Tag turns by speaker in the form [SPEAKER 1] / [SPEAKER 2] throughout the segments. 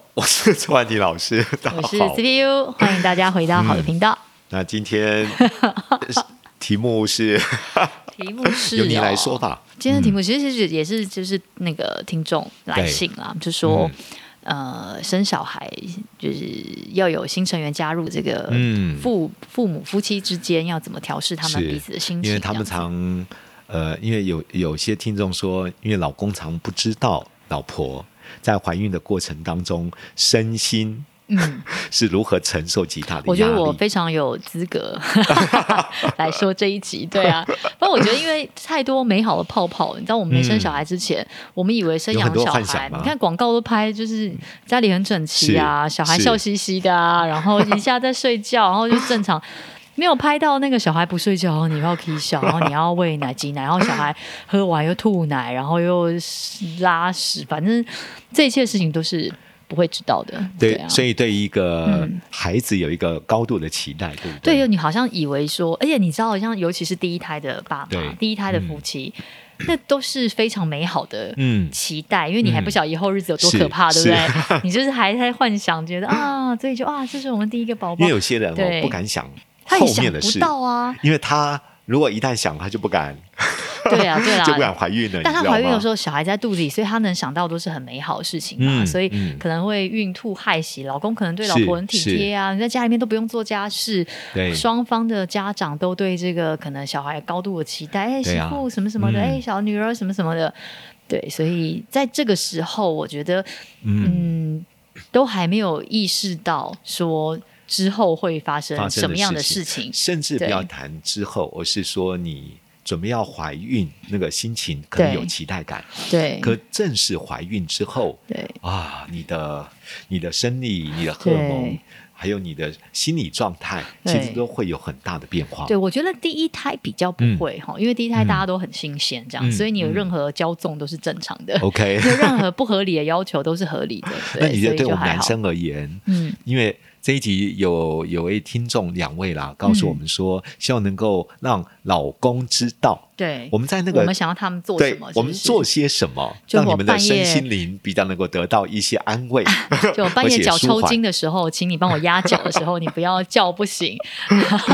[SPEAKER 1] 我是周安迪老师，大家
[SPEAKER 2] 我是
[SPEAKER 1] 好。
[SPEAKER 2] CPU，欢迎大家回到好的频道。
[SPEAKER 1] 那今天呃题 目是
[SPEAKER 2] 题目是
[SPEAKER 1] 由你
[SPEAKER 2] 哦
[SPEAKER 1] 来说吧。
[SPEAKER 2] 今天的题目其实是也是就是那个听众来信啦，就说、呃生小孩就是要有新成员加入这个
[SPEAKER 1] 嗯
[SPEAKER 2] 父、父母夫妻之间要怎么调试他们
[SPEAKER 1] 是
[SPEAKER 2] 彼此的心情，
[SPEAKER 1] 因为他们
[SPEAKER 2] 这样
[SPEAKER 1] 常呃，因为有有些听众说，因为老公常不知道老婆在怀孕的过程当中身心
[SPEAKER 2] 嗯，
[SPEAKER 1] 是如何承受极大的压力。
[SPEAKER 2] 我觉得我非常有资 格来说这一集，对啊，不过我觉得因为太多美好的泡泡，你知道我们没生小孩之前，我们以为生
[SPEAKER 1] 嗯有很
[SPEAKER 2] 养
[SPEAKER 1] 多
[SPEAKER 2] 小
[SPEAKER 1] 幻想
[SPEAKER 2] 孩，
[SPEAKER 1] 吗嗯
[SPEAKER 2] 你看广告都拍就是家里很整齐啊，
[SPEAKER 1] 是
[SPEAKER 2] 小孩
[SPEAKER 1] 是
[SPEAKER 2] 笑嘻嘻的啊，然后一下在睡觉，然后就正常。没有拍到那个小孩不睡觉，然后你要踢笑，然后你要喂奶挤奶，然后小孩喝完又吐奶，然后又拉屎，反正这一切事情都是不会知道的。
[SPEAKER 1] 对，
[SPEAKER 2] 啊、
[SPEAKER 1] 所以对一个
[SPEAKER 2] 嗯
[SPEAKER 1] 孩子有一个高度的期待，对不
[SPEAKER 2] 对，
[SPEAKER 1] 对
[SPEAKER 2] 又你好像以为说，而且你知道，像尤其是第一胎的爸
[SPEAKER 1] 对
[SPEAKER 2] 妈、第一胎的夫妻，那都是非常美好的
[SPEAKER 1] 嗯
[SPEAKER 2] 期待，因为你还不晓得以后日子有多
[SPEAKER 1] 是
[SPEAKER 2] 可怕，对不
[SPEAKER 1] 是
[SPEAKER 2] 对？ 你就是还在幻想，觉得啊，所以就啊，这是我们第一个宝
[SPEAKER 1] 因
[SPEAKER 2] 宝
[SPEAKER 1] 为，有些人
[SPEAKER 2] 对
[SPEAKER 1] 哦不敢想
[SPEAKER 2] 他也
[SPEAKER 1] 后
[SPEAKER 2] 想
[SPEAKER 1] 面的
[SPEAKER 2] 不
[SPEAKER 1] 事，
[SPEAKER 2] 到啊，
[SPEAKER 1] 因为他如果一旦想，他就不敢，
[SPEAKER 2] 对啊，对
[SPEAKER 1] 就不敢
[SPEAKER 2] 啊。
[SPEAKER 1] 怀孕了。
[SPEAKER 2] 但她
[SPEAKER 1] 你知道
[SPEAKER 2] 怀孕
[SPEAKER 1] 吗
[SPEAKER 2] 的时候，小孩在肚子里，所以她能想到都是很美好的事情嘛，
[SPEAKER 1] 嗯
[SPEAKER 2] 所以
[SPEAKER 1] 嗯
[SPEAKER 2] 可能会孕吐害喜，老公可能对老
[SPEAKER 1] 是
[SPEAKER 2] 婆很体
[SPEAKER 1] 是
[SPEAKER 2] 贴啊，你在家里面都不用做家事，
[SPEAKER 1] 对
[SPEAKER 2] 双方的家长都对这个可能小孩高度的期待，哎，
[SPEAKER 1] 对
[SPEAKER 2] 媳
[SPEAKER 1] 啊
[SPEAKER 2] 妇什么什么的，
[SPEAKER 1] 嗯
[SPEAKER 2] 哎、小女儿什么什么的，对，所以在这个时候，我觉得，
[SPEAKER 1] 嗯，
[SPEAKER 2] 嗯，都还没有意识到说之后会发
[SPEAKER 1] 发
[SPEAKER 2] 生
[SPEAKER 1] 生
[SPEAKER 2] 什么样的事
[SPEAKER 1] 事
[SPEAKER 2] 情，
[SPEAKER 1] 甚至不
[SPEAKER 2] 对
[SPEAKER 1] 要谈之后，而是说你准备要怀孕，那个心情可能
[SPEAKER 2] 对
[SPEAKER 1] 有期待感，
[SPEAKER 2] 对，
[SPEAKER 1] 可正式怀孕之后，
[SPEAKER 2] 对，
[SPEAKER 1] 啊，你的你的生理、你的荷尔蒙
[SPEAKER 2] 对，
[SPEAKER 1] 还有你的心理状态，其实
[SPEAKER 2] 对
[SPEAKER 1] 都会有很大的变化。
[SPEAKER 2] 对，我觉得第一胎比较不
[SPEAKER 1] 嗯
[SPEAKER 2] 会哈、因为第一胎
[SPEAKER 1] 嗯
[SPEAKER 2] 大家都很新鲜，这样、
[SPEAKER 1] 嗯
[SPEAKER 2] 所以你有
[SPEAKER 1] 嗯
[SPEAKER 2] 任何骄纵都是正常的，
[SPEAKER 1] ，OK
[SPEAKER 2] 没。有任何不合理的要求都是合理的，
[SPEAKER 1] 那你觉
[SPEAKER 2] 所
[SPEAKER 1] 得
[SPEAKER 2] 以
[SPEAKER 1] 对我
[SPEAKER 2] 就
[SPEAKER 1] 们
[SPEAKER 2] 还
[SPEAKER 1] 男
[SPEAKER 2] 好。
[SPEAKER 1] 生而言，
[SPEAKER 2] 嗯，
[SPEAKER 1] 因为这一集有有位听众两位啦，告诉我
[SPEAKER 2] 嗯
[SPEAKER 1] 们说，希望能够让老公知道
[SPEAKER 2] 对，
[SPEAKER 1] 我们在那个
[SPEAKER 2] 哎我们想要他们做
[SPEAKER 1] 对
[SPEAKER 2] 什么，是不
[SPEAKER 1] 我们
[SPEAKER 2] 是
[SPEAKER 1] 做些什么，
[SPEAKER 2] 就
[SPEAKER 1] 让你
[SPEAKER 2] 我
[SPEAKER 1] 们的
[SPEAKER 2] 半
[SPEAKER 1] 身
[SPEAKER 2] 夜
[SPEAKER 1] 心灵比较能够得到一些安慰，
[SPEAKER 2] 就我半夜
[SPEAKER 1] 而且
[SPEAKER 2] 脚
[SPEAKER 1] 舒
[SPEAKER 2] 抽
[SPEAKER 1] 缓
[SPEAKER 2] 筋的时候，请你帮我压脚的时候，你不要叫不醒，是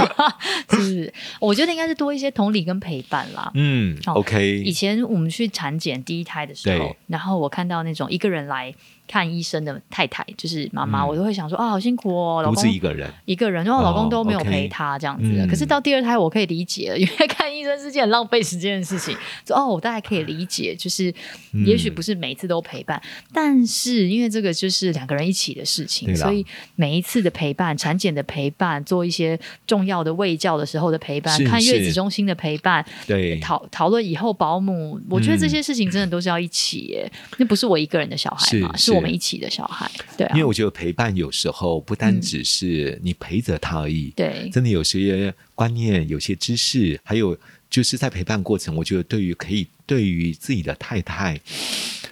[SPEAKER 2] 不 是？我觉得应该是多一些同理跟陪伴啦。
[SPEAKER 1] 嗯
[SPEAKER 2] 哦以
[SPEAKER 1] ，OK，
[SPEAKER 2] 前我们去产检第一胎的时候
[SPEAKER 1] 对，
[SPEAKER 2] 然后我看到那种一个人来看医生的太太，就是妈妈，
[SPEAKER 1] 嗯
[SPEAKER 2] 我都会想说啊，好辛苦哦，老
[SPEAKER 1] 独自
[SPEAKER 2] 公
[SPEAKER 1] 一个人，
[SPEAKER 2] 一个人，然后老
[SPEAKER 1] 哦
[SPEAKER 2] 公都没有
[SPEAKER 1] OK
[SPEAKER 2] 陪她这样子的。
[SPEAKER 1] 嗯
[SPEAKER 2] 可是到第二胎，我可以理解了，因为看医生是件很浪费时间的事情。说哦，我大概可以理解，就是
[SPEAKER 1] 嗯
[SPEAKER 2] 也许不是每一次都陪伴，但是因为这个就是两个人一起的事
[SPEAKER 1] 对
[SPEAKER 2] 情，
[SPEAKER 1] 啦
[SPEAKER 2] 所以每一次的陪伴、产检的陪伴、做一些重要的喂教的时候的陪伴
[SPEAKER 1] 是、
[SPEAKER 2] 看月
[SPEAKER 1] 是
[SPEAKER 2] 子中心的陪伴、
[SPEAKER 1] 对，
[SPEAKER 2] 讨讨论以后保姆，我觉得这
[SPEAKER 1] 嗯
[SPEAKER 2] 些事情真的都是要一起耶。那不是我一个人的小孩
[SPEAKER 1] 是
[SPEAKER 2] 嘛，
[SPEAKER 1] 是
[SPEAKER 2] 是我们一起的小孩，对啊
[SPEAKER 1] 因为，我觉得陪伴有时候不单
[SPEAKER 2] 嗯
[SPEAKER 1] 只是你陪着他而已，
[SPEAKER 2] 对。
[SPEAKER 1] 真的有些观念、有些知识，还有就是在陪伴过程，我觉得对于可以对于自己的太太，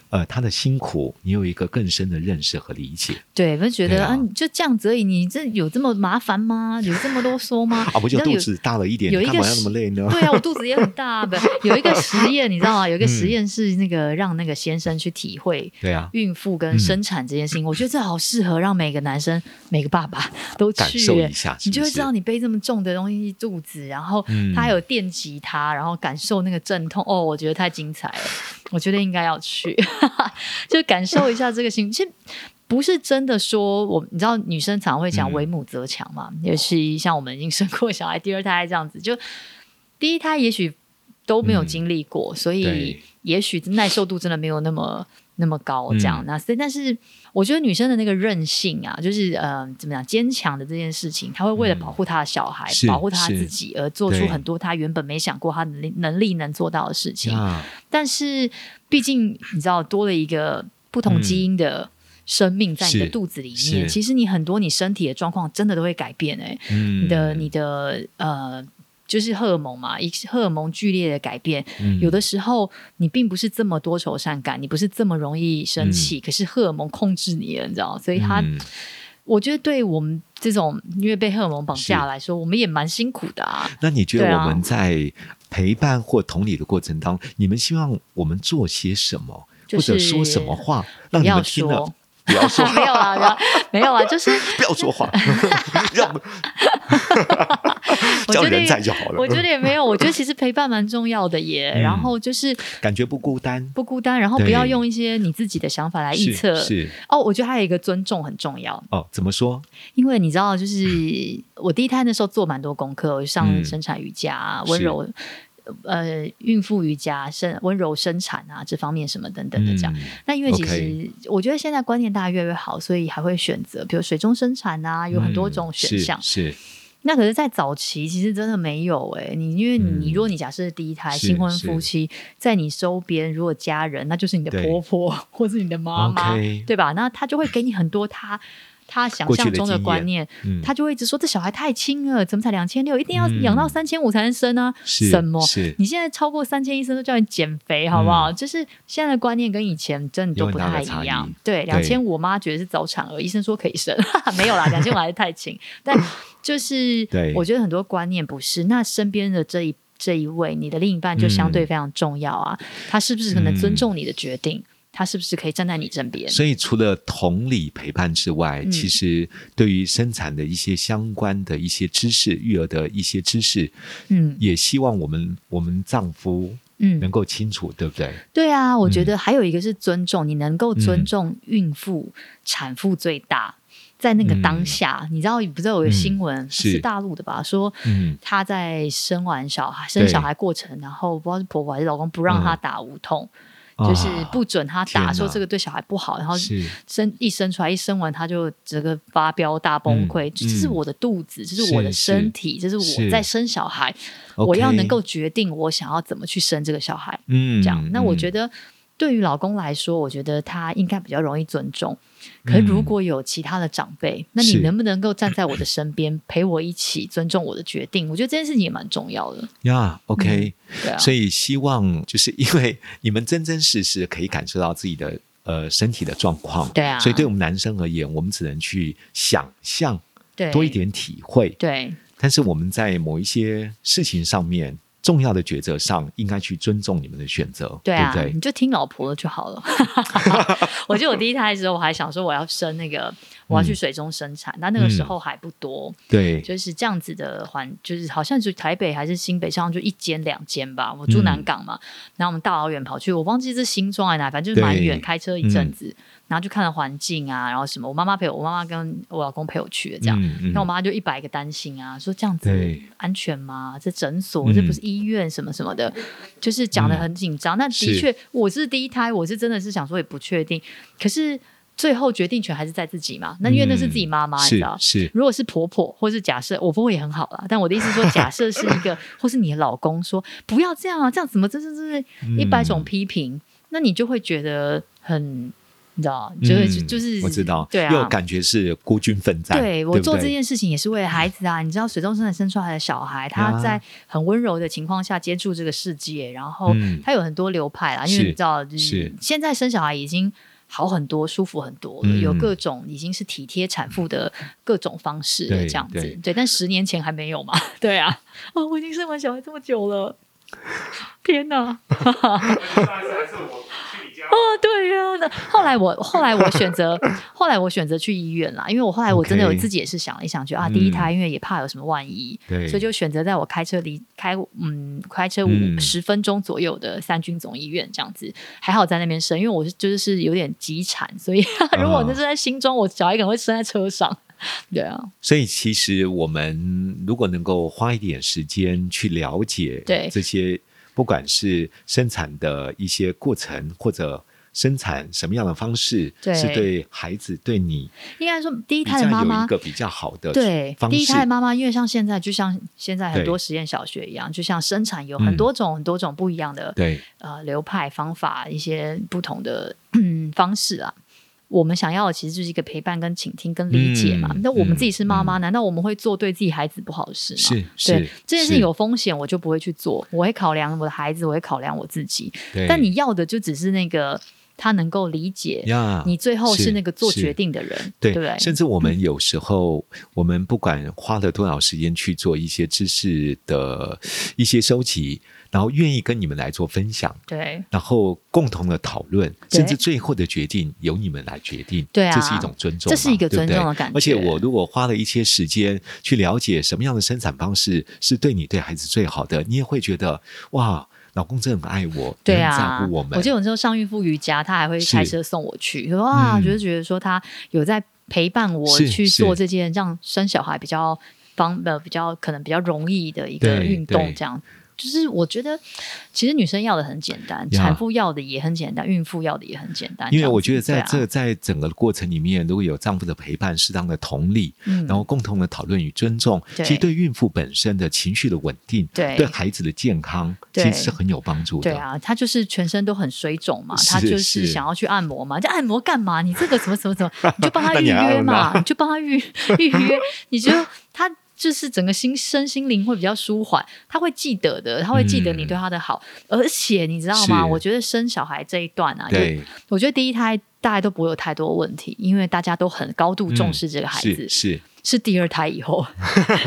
[SPEAKER 1] 呃，她的辛苦，你有一个更深的认识和理解
[SPEAKER 2] 对，不是觉
[SPEAKER 1] 对
[SPEAKER 2] 得
[SPEAKER 1] 啊
[SPEAKER 2] 啊，你就这样子而已，你这有这么麻烦 吗？有这么啰嗦吗？
[SPEAKER 1] 啊。不就
[SPEAKER 2] 你知道
[SPEAKER 1] 肚
[SPEAKER 2] 有
[SPEAKER 1] 子大了一点，
[SPEAKER 2] 有一
[SPEAKER 1] 你
[SPEAKER 2] 个
[SPEAKER 1] 干嘛要
[SPEAKER 2] 是
[SPEAKER 1] 那么累呢？ 嗯
[SPEAKER 2] 对啊，我肚子也很大，不有一个实验，你知道吗？有一个实验是那个让那个先生去体会
[SPEAKER 1] 对啊，
[SPEAKER 2] 孕妇跟生产这件事情，我觉得这好适合让每个男生、 每个爸爸都去
[SPEAKER 1] 感受
[SPEAKER 2] 耶
[SPEAKER 1] 一下，
[SPEAKER 2] 你就会
[SPEAKER 1] 是不是
[SPEAKER 2] 知道你背这么重的东西肚子，然后
[SPEAKER 1] 嗯
[SPEAKER 2] 他有电吉他，然后感受那个阵痛，哦，我觉得太精彩了，我觉得应该要去， 就感受一下这个心。其实不是真的说我，你知道女生常会讲
[SPEAKER 1] 嗯
[SPEAKER 2] 为母则强嘛，尤其像我们已经生过小孩， 第二胎这样子，就第一胎也许都没有
[SPEAKER 1] 嗯
[SPEAKER 2] 经历过，所
[SPEAKER 1] 对
[SPEAKER 2] 以也许耐受度真的没有那么那么高，这样。
[SPEAKER 1] 嗯
[SPEAKER 2] 那所以，但是我觉得女生的那个韧性啊，就是呃，怎么讲，坚强的这件事情，她会为了
[SPEAKER 1] 嗯
[SPEAKER 2] 保护她的小孩，
[SPEAKER 1] 是
[SPEAKER 2] 保护她
[SPEAKER 1] 是
[SPEAKER 2] 自己，而做出
[SPEAKER 1] 对
[SPEAKER 2] 很多她原本没想过她能力能力能做到的事情。
[SPEAKER 1] 啊，
[SPEAKER 2] 但是，毕竟你知道，多了一个不同基因的生命在你的
[SPEAKER 1] 是
[SPEAKER 2] 肚子里面，
[SPEAKER 1] 嗯是
[SPEAKER 2] 其实你很多你身体的状况真的都会改变哎、
[SPEAKER 1] 嗯
[SPEAKER 2] 你的你的呃，就是荷尔蒙嘛，一荷尔蒙剧烈的改变，
[SPEAKER 1] 嗯
[SPEAKER 2] 有的时候你并不是这么多愁善感，你不是这么容易生气，可是荷尔蒙控制你了，你知道吗，所以他、
[SPEAKER 1] 嗯
[SPEAKER 2] 我觉得对我们这种因为被荷尔蒙绑架来说，我们也蛮辛苦的啊。
[SPEAKER 1] 那你觉
[SPEAKER 2] 对
[SPEAKER 1] 得
[SPEAKER 2] 啊
[SPEAKER 1] 我们在陪伴或同理的过程当中，你们希望我们做些什么，
[SPEAKER 2] 就是
[SPEAKER 1] 或者说什么话，让
[SPEAKER 2] 不
[SPEAKER 1] 你
[SPEAKER 2] 要
[SPEAKER 1] 们听了
[SPEAKER 2] 说，
[SPEAKER 1] 不要说
[SPEAKER 2] 没有啦，没有没有啊，就是
[SPEAKER 1] 不要说 话，让
[SPEAKER 2] 我
[SPEAKER 1] 叫
[SPEAKER 2] 觉得
[SPEAKER 1] 人
[SPEAKER 2] 也
[SPEAKER 1] 在就好了。
[SPEAKER 2] 我觉得也没有，我觉得其实陪伴蛮重要的耶。
[SPEAKER 1] 嗯
[SPEAKER 2] 然后就是
[SPEAKER 1] 感觉不孤单，
[SPEAKER 2] 不孤单，然后不要
[SPEAKER 1] 对
[SPEAKER 2] 用一些你自己的想法来臆测。
[SPEAKER 1] 是是
[SPEAKER 2] 哦，我觉得还有一个尊重很重要，
[SPEAKER 1] 哦，怎么说？
[SPEAKER 2] 因为你知道，就是我第一胎那时候做蛮多功课，我就上
[SPEAKER 1] 嗯
[SPEAKER 2] 生产瑜伽啊、
[SPEAKER 1] 是
[SPEAKER 2] 温柔呃孕妇瑜伽、生温柔生产啊这方面什么等等的这样。
[SPEAKER 1] 嗯
[SPEAKER 2] 那因为其
[SPEAKER 1] OK
[SPEAKER 2] 实我觉得现在观念大家越来越好，所以还会选择，比如水中生产啊，有很多种选项。
[SPEAKER 1] 嗯是是
[SPEAKER 2] 那可是，在早期其实真的没有哎、你因为
[SPEAKER 1] 嗯
[SPEAKER 2] 你，如果你假设是第一胎
[SPEAKER 1] 是
[SPEAKER 2] 新婚夫妻，在你周边如果家人，那就是你的
[SPEAKER 1] 对
[SPEAKER 2] 婆婆或是你的妈妈
[SPEAKER 1] OK
[SPEAKER 2] 对吧？那他就会给你很多他他想
[SPEAKER 1] 过去
[SPEAKER 2] 象
[SPEAKER 1] 的
[SPEAKER 2] 中的
[SPEAKER 1] 经
[SPEAKER 2] 观
[SPEAKER 1] 验
[SPEAKER 2] 念，
[SPEAKER 1] 嗯
[SPEAKER 2] 他就会一直说这小孩太轻了，怎么才两千六？一定要
[SPEAKER 1] 嗯
[SPEAKER 2] 养到三千五才能生啊？
[SPEAKER 1] 是
[SPEAKER 2] 什么？
[SPEAKER 1] 是嗯
[SPEAKER 2] 你现在超过三千，医生都叫你减肥，好不好？就是现在的观念跟以前真的都不太一
[SPEAKER 1] 有很大的差
[SPEAKER 2] 样
[SPEAKER 1] 异。
[SPEAKER 2] 对，两
[SPEAKER 1] 对
[SPEAKER 2] 千五我妈觉得是早产儿，医生说可以生， 没有啦，两千五还是太轻。 但就是
[SPEAKER 1] 对
[SPEAKER 2] 我觉得很多观念不是，那身边的这一这一位，你的另一半就相
[SPEAKER 1] 嗯
[SPEAKER 2] 对非常重要啊。他是不是可能尊重你的决定？他是不是可以站在你这边？
[SPEAKER 1] 所以除了同理陪伴之外，
[SPEAKER 2] 嗯
[SPEAKER 1] 其实对于生产的一些相关的一些知识、育儿的一些知识，
[SPEAKER 2] 嗯
[SPEAKER 1] 也希望我们我们丈夫
[SPEAKER 2] 嗯
[SPEAKER 1] 能，够清楚，对不对？
[SPEAKER 2] 对啊，我觉
[SPEAKER 1] 嗯
[SPEAKER 2] 得还有一个是尊重，你能够尊重孕妇、产妇最大。在那个当下，你知道不是有个新闻、
[SPEAKER 1] 嗯是
[SPEAKER 2] 是大陆的吧？说
[SPEAKER 1] 嗯
[SPEAKER 2] 她在生完小孩、生
[SPEAKER 1] 对
[SPEAKER 2] 小孩过程，然后不知道是婆婆还是老公不让她
[SPEAKER 1] 嗯
[SPEAKER 2] 打无痛，
[SPEAKER 1] 啊
[SPEAKER 2] 就是不准她
[SPEAKER 1] 天
[SPEAKER 2] 打，
[SPEAKER 1] 哪
[SPEAKER 2] 说这个对小孩不好。然后
[SPEAKER 1] 是
[SPEAKER 2] 生一生出来，一生完她就整个发飙大崩溃，
[SPEAKER 1] 嗯
[SPEAKER 2] 这是
[SPEAKER 1] 嗯
[SPEAKER 2] 我的肚子，这
[SPEAKER 1] 是
[SPEAKER 2] 是我的
[SPEAKER 1] 是
[SPEAKER 2] 身体，这是我
[SPEAKER 1] 是
[SPEAKER 2] 在生小孩，
[SPEAKER 1] OK
[SPEAKER 2] 我要能够决定我想要怎么去生这个小孩。
[SPEAKER 1] 嗯
[SPEAKER 2] 这样。那我
[SPEAKER 1] 嗯
[SPEAKER 2] 觉得对于老公来说，我觉得他应该比较容易尊重。可如果有其他的长辈，那你
[SPEAKER 1] 嗯是
[SPEAKER 2] 能不能够站在我的身边，陪我一起尊重我的决定？我觉得这件事情也蛮重要的。
[SPEAKER 1] 呀，OK，、
[SPEAKER 2] 对啊，
[SPEAKER 1] 所
[SPEAKER 2] 以
[SPEAKER 1] 以希望就是因为你们真真实实可以感受到自己的呃身体的状况，
[SPEAKER 2] 对啊
[SPEAKER 1] 所以对我们男生而言，我们只能去想象
[SPEAKER 2] 对
[SPEAKER 1] 多一，点体会，
[SPEAKER 2] 对
[SPEAKER 1] 但是我们在某一些事情上面。重要的抉择上，应该去尊重你们的选择，
[SPEAKER 2] 对啊，
[SPEAKER 1] 不
[SPEAKER 2] 你
[SPEAKER 1] 对？
[SPEAKER 2] 就听老婆的就 好了。我记得我第一胎的时候，我还想说我要生那个，我要去
[SPEAKER 1] 嗯
[SPEAKER 2] 水中生产，但那个时候还不多，
[SPEAKER 1] 对，
[SPEAKER 2] 就是这样子的环，就是好像就台北还是新北上就一间两间吧。我住
[SPEAKER 1] 嗯
[SPEAKER 2] 南港嘛，然后我们大老远跑去，我忘记是新庄还是哪，反正就是蛮远，
[SPEAKER 1] 对嗯
[SPEAKER 2] 开车一阵子，然后就看了环境啊，然后什么。我妈妈陪我，我妈妈跟我老公陪我去的这样。
[SPEAKER 1] 嗯嗯
[SPEAKER 2] 那我妈就一百个担心啊，说这样子
[SPEAKER 1] 对
[SPEAKER 2] 安全吗？这诊所
[SPEAKER 1] 嗯
[SPEAKER 2] 这不是医院什么什么的，就是讲的很紧张。那的
[SPEAKER 1] 是
[SPEAKER 2] 确，我是第一胎，我是真的是想说也不确定，可是最后决定权还是在自己嘛。那因为那是自己妈妈，你知
[SPEAKER 1] 嗯是
[SPEAKER 2] 道，
[SPEAKER 1] 是
[SPEAKER 2] 如果是婆婆，或是假设我婆婆也很好啦，但我的意思说， 假设是一个，或是你的老公说不要这样啊，这样怎么这这这
[SPEAKER 1] 嗯
[SPEAKER 2] 一百种批评，那你就会觉得很，你知道，就会、
[SPEAKER 1] 嗯
[SPEAKER 2] 就是
[SPEAKER 1] 我知道，
[SPEAKER 2] 对
[SPEAKER 1] 又
[SPEAKER 2] 啊。
[SPEAKER 1] 感觉是孤军奋战。
[SPEAKER 2] 对我做
[SPEAKER 1] 不
[SPEAKER 2] 这
[SPEAKER 1] 对
[SPEAKER 2] 件事情也是为了孩子啊，你知道水中生产生出来的小孩，他
[SPEAKER 1] 呀
[SPEAKER 2] 在很温柔的情况下接触这个世界，然后
[SPEAKER 1] 嗯
[SPEAKER 2] 他有很多流派啦，因为
[SPEAKER 1] 是
[SPEAKER 2] 你知道，就是现在生小孩已经好很多，舒服很多了，
[SPEAKER 1] 嗯
[SPEAKER 2] 有各种已经是体贴产妇的各种方式了
[SPEAKER 1] 对
[SPEAKER 2] 这样子。
[SPEAKER 1] 对
[SPEAKER 2] 对，但十年前还没有嘛？ 对啊，哦，我已经生完小孩这么久了，天 哪！啊哦，对呀、那后来 我后来我选择后来我选择去医院啦，因为我后来我真的
[SPEAKER 1] OK
[SPEAKER 2] 我自己也是想一想，觉得啊，
[SPEAKER 1] 嗯
[SPEAKER 2] 第一胎因为也怕有什么万一，
[SPEAKER 1] 对
[SPEAKER 2] 所以就选择在我开车离开嗯开车五
[SPEAKER 1] 嗯
[SPEAKER 2] 十分钟左右的三军总医院这样子，还好在那边生，因为我是就是是有点急产，所以 如果那
[SPEAKER 1] 啊
[SPEAKER 2] 是在心中，我小孩可能会生在车上。对啊，
[SPEAKER 1] 所以，其实我们如果能够花一点时间去了解
[SPEAKER 2] 对
[SPEAKER 1] 这些，不管是生产的一些过程，或者生产什么样的方式，
[SPEAKER 2] 对
[SPEAKER 1] 是对孩子对你
[SPEAKER 2] 应该说第一
[SPEAKER 1] 比
[SPEAKER 2] 胎
[SPEAKER 1] 较
[SPEAKER 2] 的妈
[SPEAKER 1] 有
[SPEAKER 2] 妈
[SPEAKER 1] 一个比较好的
[SPEAKER 2] 对，
[SPEAKER 1] 方式。
[SPEAKER 2] 第一胎的妈妈，因为像现在，就像现在很
[SPEAKER 1] 对嗯
[SPEAKER 2] 多实验小学一样，就像生产有很多种、很多种不一样的
[SPEAKER 1] 对
[SPEAKER 2] 呃流派、方法，一些不同的嗯方式啊。我们想要的其实就是一个陪伴、跟倾听、跟理解嘛
[SPEAKER 1] 嗯。
[SPEAKER 2] 那、我们
[SPEAKER 1] 嗯
[SPEAKER 2] 自己是妈妈，
[SPEAKER 1] 嗯
[SPEAKER 2] 难道我们会做对自己孩子不好的事吗？
[SPEAKER 1] 是
[SPEAKER 2] 对
[SPEAKER 1] 是，
[SPEAKER 2] 这件事
[SPEAKER 1] 是
[SPEAKER 2] 有风险，我就不会去做。我会考量我的孩子，我会考量我自己。
[SPEAKER 1] 对
[SPEAKER 2] 但你要的就只是那个他能够理解，
[SPEAKER 1] 呀，
[SPEAKER 2] 你最后是
[SPEAKER 1] 是
[SPEAKER 2] 那个做
[SPEAKER 1] 是
[SPEAKER 2] 决定的人，
[SPEAKER 1] 对，
[SPEAKER 2] 不对？
[SPEAKER 1] 甚至我们有时候，我们不管花了多少时间去做一些知识的一些收集，然后愿意跟你们来做分享，
[SPEAKER 2] 对。
[SPEAKER 1] 然后共同的讨论，
[SPEAKER 2] 对
[SPEAKER 1] 甚至最后的决定由你们来决定。
[SPEAKER 2] 对啊
[SPEAKER 1] 这是一种尊重
[SPEAKER 2] 这
[SPEAKER 1] 嘛，
[SPEAKER 2] 是一个
[SPEAKER 1] 对不对
[SPEAKER 2] 尊重的感觉
[SPEAKER 1] 而且我如果花了一些时间去了解什么样的生产方式是对你对孩子最好的，你也会觉得哇，老公真的很爱我，
[SPEAKER 2] 对
[SPEAKER 1] 也
[SPEAKER 2] 啊，
[SPEAKER 1] 很在乎我们。
[SPEAKER 2] 记得我那时候上孕妇瑜伽，他还会
[SPEAKER 1] 是
[SPEAKER 2] 开车送我去，就说啊，
[SPEAKER 1] 嗯
[SPEAKER 2] 就是觉得说他有在陪伴我
[SPEAKER 1] 是
[SPEAKER 2] 去
[SPEAKER 1] 是
[SPEAKER 2] 做这件让生小孩比较方呃比较可能比较容易的一个
[SPEAKER 1] 对
[SPEAKER 2] 运动
[SPEAKER 1] 对，
[SPEAKER 2] 这样。就是我觉得，其实女生要的很简单，
[SPEAKER 1] 呀
[SPEAKER 2] 产妇要的也很简单，孕妇要的也很简单。
[SPEAKER 1] 因为
[SPEAKER 2] 样
[SPEAKER 1] 我
[SPEAKER 2] 子
[SPEAKER 1] 觉得在
[SPEAKER 2] 对
[SPEAKER 1] 这
[SPEAKER 2] 啊
[SPEAKER 1] 在整个过程里面，如果有丈夫的陪伴、适当的同理，
[SPEAKER 2] 嗯
[SPEAKER 1] 然后共同的讨论与尊重，
[SPEAKER 2] 对
[SPEAKER 1] 其实对孕妇本身的情绪的稳定，
[SPEAKER 2] 对
[SPEAKER 1] 孩子的健康，其
[SPEAKER 2] 对
[SPEAKER 1] 实是很有帮助的。
[SPEAKER 2] 对啊，她就是全身都很水肿嘛，
[SPEAKER 1] 是
[SPEAKER 2] 她就是
[SPEAKER 1] 是
[SPEAKER 2] 想要去按摩嘛，这按摩干嘛？你这个什么什么什么，你就帮她
[SPEAKER 1] 那
[SPEAKER 2] 预
[SPEAKER 1] 你还
[SPEAKER 2] 约
[SPEAKER 1] 按
[SPEAKER 2] 嘛，
[SPEAKER 1] 吗
[SPEAKER 2] 你就帮她预预约，你就她就是整个心身心灵会比较舒缓，她会记得的，她会记得你
[SPEAKER 1] 嗯
[SPEAKER 2] 对她的好，而且你知道吗？
[SPEAKER 1] 是
[SPEAKER 2] 我觉得生小孩这一段啊，就
[SPEAKER 1] 对，
[SPEAKER 2] 我觉得第一胎大家都不会有太多问题，因为大家都很高度重视这个孩子，
[SPEAKER 1] 嗯是是，
[SPEAKER 2] 是第二胎以 后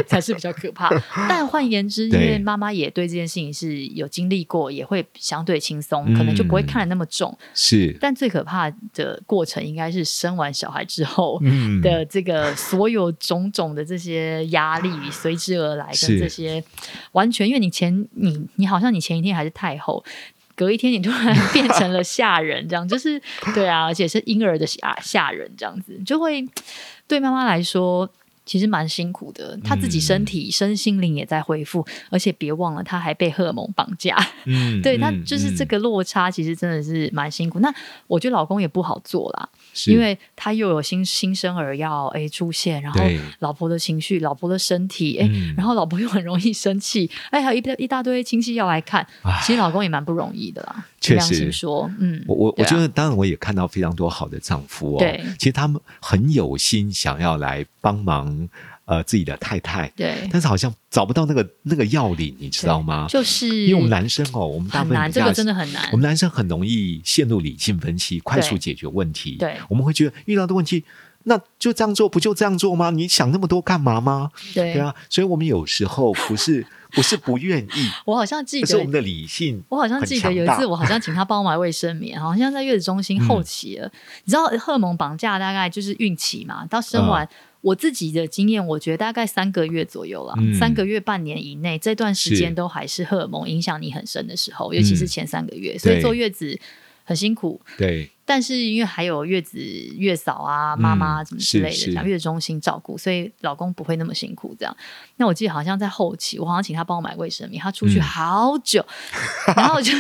[SPEAKER 2] 才是比较可怕。但换言之，因
[SPEAKER 1] 对
[SPEAKER 2] 为妈妈也对这件事情是有经历过，也会相对轻松，
[SPEAKER 1] 嗯
[SPEAKER 2] 可能就不会看得那么重。
[SPEAKER 1] 是，
[SPEAKER 2] 但最可怕的过程应该是生完小孩之后。
[SPEAKER 1] 嗯
[SPEAKER 2] 的这个所有种种的这些压力随之而来，跟
[SPEAKER 1] 是
[SPEAKER 2] 这些完全，因为你前你你好像你前一天还是太后，隔一天你突 然变成了下人，这样就是对啊，而且是婴儿的下下人这样子，就会对妈妈来说。其实蛮辛苦的，她自己
[SPEAKER 1] 嗯
[SPEAKER 2] 身体、身心灵也在恢复，而且别忘了她还被荷尔蒙绑架，
[SPEAKER 1] 嗯
[SPEAKER 2] 对，那
[SPEAKER 1] 嗯
[SPEAKER 2] 就是这
[SPEAKER 1] 嗯
[SPEAKER 2] 个落差，其实真的是蛮辛苦。那我觉得老公也不好做啦，
[SPEAKER 1] 是
[SPEAKER 2] 因为他又有新新生儿要哎出现，然后
[SPEAKER 1] 对
[SPEAKER 2] 老婆的情绪、老婆的身体，哎、
[SPEAKER 1] 嗯
[SPEAKER 2] 然后老婆又很容易生气，哎，还有一大一大堆亲戚要来看
[SPEAKER 1] 唉，
[SPEAKER 2] 其实老公也蛮不容易的啦。
[SPEAKER 1] 确
[SPEAKER 2] 良
[SPEAKER 1] 实
[SPEAKER 2] 心说，嗯，
[SPEAKER 1] 我我、
[SPEAKER 2] 对
[SPEAKER 1] 我
[SPEAKER 2] 啊
[SPEAKER 1] 觉得，当然我也看到非常多好的丈夫哦，
[SPEAKER 2] 对
[SPEAKER 1] 其实他们很有心想要来帮忙呃自己的太太，
[SPEAKER 2] 对，
[SPEAKER 1] 但是好像找不到那个那个要领，你知道吗？
[SPEAKER 2] 就是
[SPEAKER 1] 因为我们男生哦，我们大
[SPEAKER 2] 很
[SPEAKER 1] 部分
[SPEAKER 2] 难，
[SPEAKER 1] 比
[SPEAKER 2] 这
[SPEAKER 1] 较
[SPEAKER 2] 个真的很难
[SPEAKER 1] 我。们男生很容易陷入理性分析，快速解决问题。
[SPEAKER 2] 对
[SPEAKER 1] 我们会觉得遇到的问题，那就这样做，不就这样做吗？你想那么多干嘛吗？
[SPEAKER 2] 对
[SPEAKER 1] 对啊，所以我们有时候不是不是不愿意，
[SPEAKER 2] 我好像记
[SPEAKER 1] 而是我
[SPEAKER 2] 得
[SPEAKER 1] 们的理性
[SPEAKER 2] 我好像
[SPEAKER 1] 很
[SPEAKER 2] 记得
[SPEAKER 1] 强
[SPEAKER 2] 有一
[SPEAKER 1] 大嗯
[SPEAKER 2] 次，我好像请他帮我买卫生棉，好像在月子中心后期了。你知道荷尔蒙绑架大概就是孕期嘛，到生
[SPEAKER 1] 嗯
[SPEAKER 2] 完，我自己的经验，我觉得大概三个月左右啦，
[SPEAKER 1] 嗯
[SPEAKER 2] 三个月半年以内这段时间
[SPEAKER 1] 是
[SPEAKER 2] 都还是荷尔蒙影响你很深的时候，尤其是
[SPEAKER 1] 嗯
[SPEAKER 2] 前三个月，所以
[SPEAKER 1] 对
[SPEAKER 2] 坐月子很辛苦。
[SPEAKER 1] 对
[SPEAKER 2] 但是因为还有月子月嫂啊、妈妈
[SPEAKER 1] 嗯
[SPEAKER 2] 什么
[SPEAKER 1] 是
[SPEAKER 2] 之类的，
[SPEAKER 1] 是
[SPEAKER 2] 这样月子中心照顾，所以老公不会那么辛苦。这样，那我记得好像在后期，我好像请他帮我买卫生棉，他出去
[SPEAKER 1] 嗯
[SPEAKER 2] 好 久，然后我就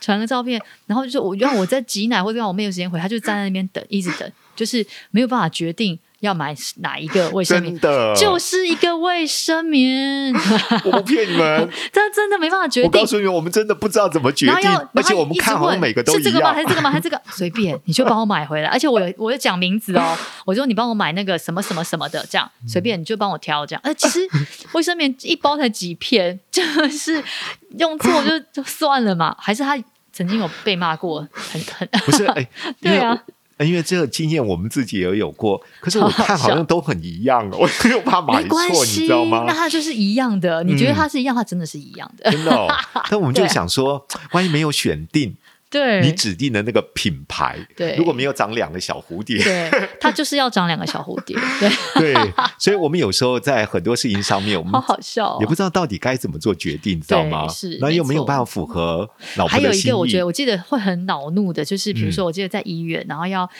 [SPEAKER 2] 传个照片，然后就说我让我在挤奶或者让我没有时间回，他就站在那边等，一直等，就是没有办法决定要买哪一个卫生棉
[SPEAKER 3] 真。的，
[SPEAKER 2] 就是一个卫生棉，
[SPEAKER 3] 我不骗你们，
[SPEAKER 2] 这真的没办法 决
[SPEAKER 3] 我
[SPEAKER 2] 定
[SPEAKER 3] 告。诉你们，我们真的不知道怎么决
[SPEAKER 2] 然后
[SPEAKER 3] 定
[SPEAKER 2] 要，，
[SPEAKER 3] 而
[SPEAKER 2] 然后
[SPEAKER 3] 且我们
[SPEAKER 2] 一直
[SPEAKER 3] 看好像
[SPEAKER 2] 问
[SPEAKER 3] 每个都
[SPEAKER 2] 是这
[SPEAKER 3] 一
[SPEAKER 2] 个吗？
[SPEAKER 3] 样
[SPEAKER 2] 还。是这个吗？还是这个？随便，你就帮我买回来。而且我有我有讲名字哦， 我说你帮我买那个什么什么什么的，这样随便你就帮我挑这样。呃，其实卫生棉一包才几片，就是用错就就算了嘛。还是他曾经有被骂过，很 很
[SPEAKER 1] 不是 哎，因
[SPEAKER 2] 对
[SPEAKER 1] 为
[SPEAKER 2] 啊。
[SPEAKER 1] 因为这个经验我们自己也有过，可是我
[SPEAKER 2] 好
[SPEAKER 1] 看好
[SPEAKER 2] 笑
[SPEAKER 1] 像都很一 样，啊我又怕买
[SPEAKER 2] 没
[SPEAKER 1] 错，
[SPEAKER 2] 关
[SPEAKER 1] 你
[SPEAKER 2] 系，
[SPEAKER 1] 知道吗？
[SPEAKER 2] 那他就是一样的。你觉得
[SPEAKER 1] 嗯
[SPEAKER 2] 他是一样，他真的是一样
[SPEAKER 3] 嗯
[SPEAKER 2] 的。
[SPEAKER 1] 真 的、哦，但我们
[SPEAKER 2] 对
[SPEAKER 1] 就
[SPEAKER 2] 啊
[SPEAKER 1] 想说，万一没有选定
[SPEAKER 2] 对，
[SPEAKER 1] 你指定的那个品牌，
[SPEAKER 2] 对
[SPEAKER 1] 如果没有长两个小蝴蝶，
[SPEAKER 2] 对他就是要长两个小蝴蝶， 对，
[SPEAKER 1] 对，所以我们有时候在很多事情上面，我
[SPEAKER 2] 好
[SPEAKER 1] 们
[SPEAKER 2] 好笑、哦。
[SPEAKER 1] 也不知道到底该怎么做决定，知道吗？
[SPEAKER 2] 对是
[SPEAKER 1] 那又
[SPEAKER 2] 没
[SPEAKER 1] 没有
[SPEAKER 2] 错
[SPEAKER 1] 办法符合老
[SPEAKER 2] 还
[SPEAKER 1] 婆
[SPEAKER 2] 有
[SPEAKER 1] 的
[SPEAKER 2] 一
[SPEAKER 1] 心意。
[SPEAKER 2] 个，我觉得我记得会很恼怒的，就是比如
[SPEAKER 1] 嗯
[SPEAKER 2] 说，我记得在医院，然后要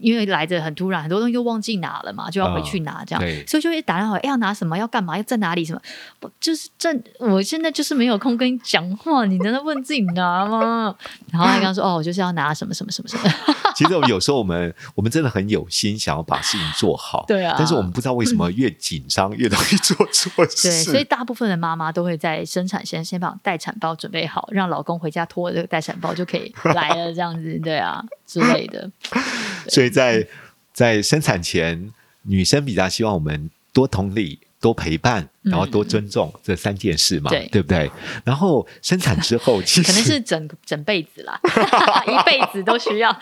[SPEAKER 2] 因为来的很突然，很多东西都忘记拿了嘛，就要回去拿这样，
[SPEAKER 1] 对
[SPEAKER 2] 所以就会打电话哎要拿什么，要干嘛，要在哪里什么，我就是正我现在就是没有空跟你 讲话，你难道问自己拿吗？然后他刚说哦，我就是要拿什么什么什么什么，
[SPEAKER 1] 其实我们有时候我们我们真的很有心，想要把事情做好，
[SPEAKER 2] 对啊
[SPEAKER 1] 但是我们不知道为什么越紧张越容易做错事。
[SPEAKER 2] 对，所以大部分的妈妈都会在生产前先把待产包准备好，让老公回家拖着这个待产包就可以来了，这样子，对啊之类的。
[SPEAKER 1] 所以在在生产前，女生比较希望我们多同理、多陪伴，然后多尊重、这三件事嘛，
[SPEAKER 2] 嗯对
[SPEAKER 1] 不对？然后生产之 后，其实
[SPEAKER 2] 可能 是整整辈子啦， 一辈子都需要。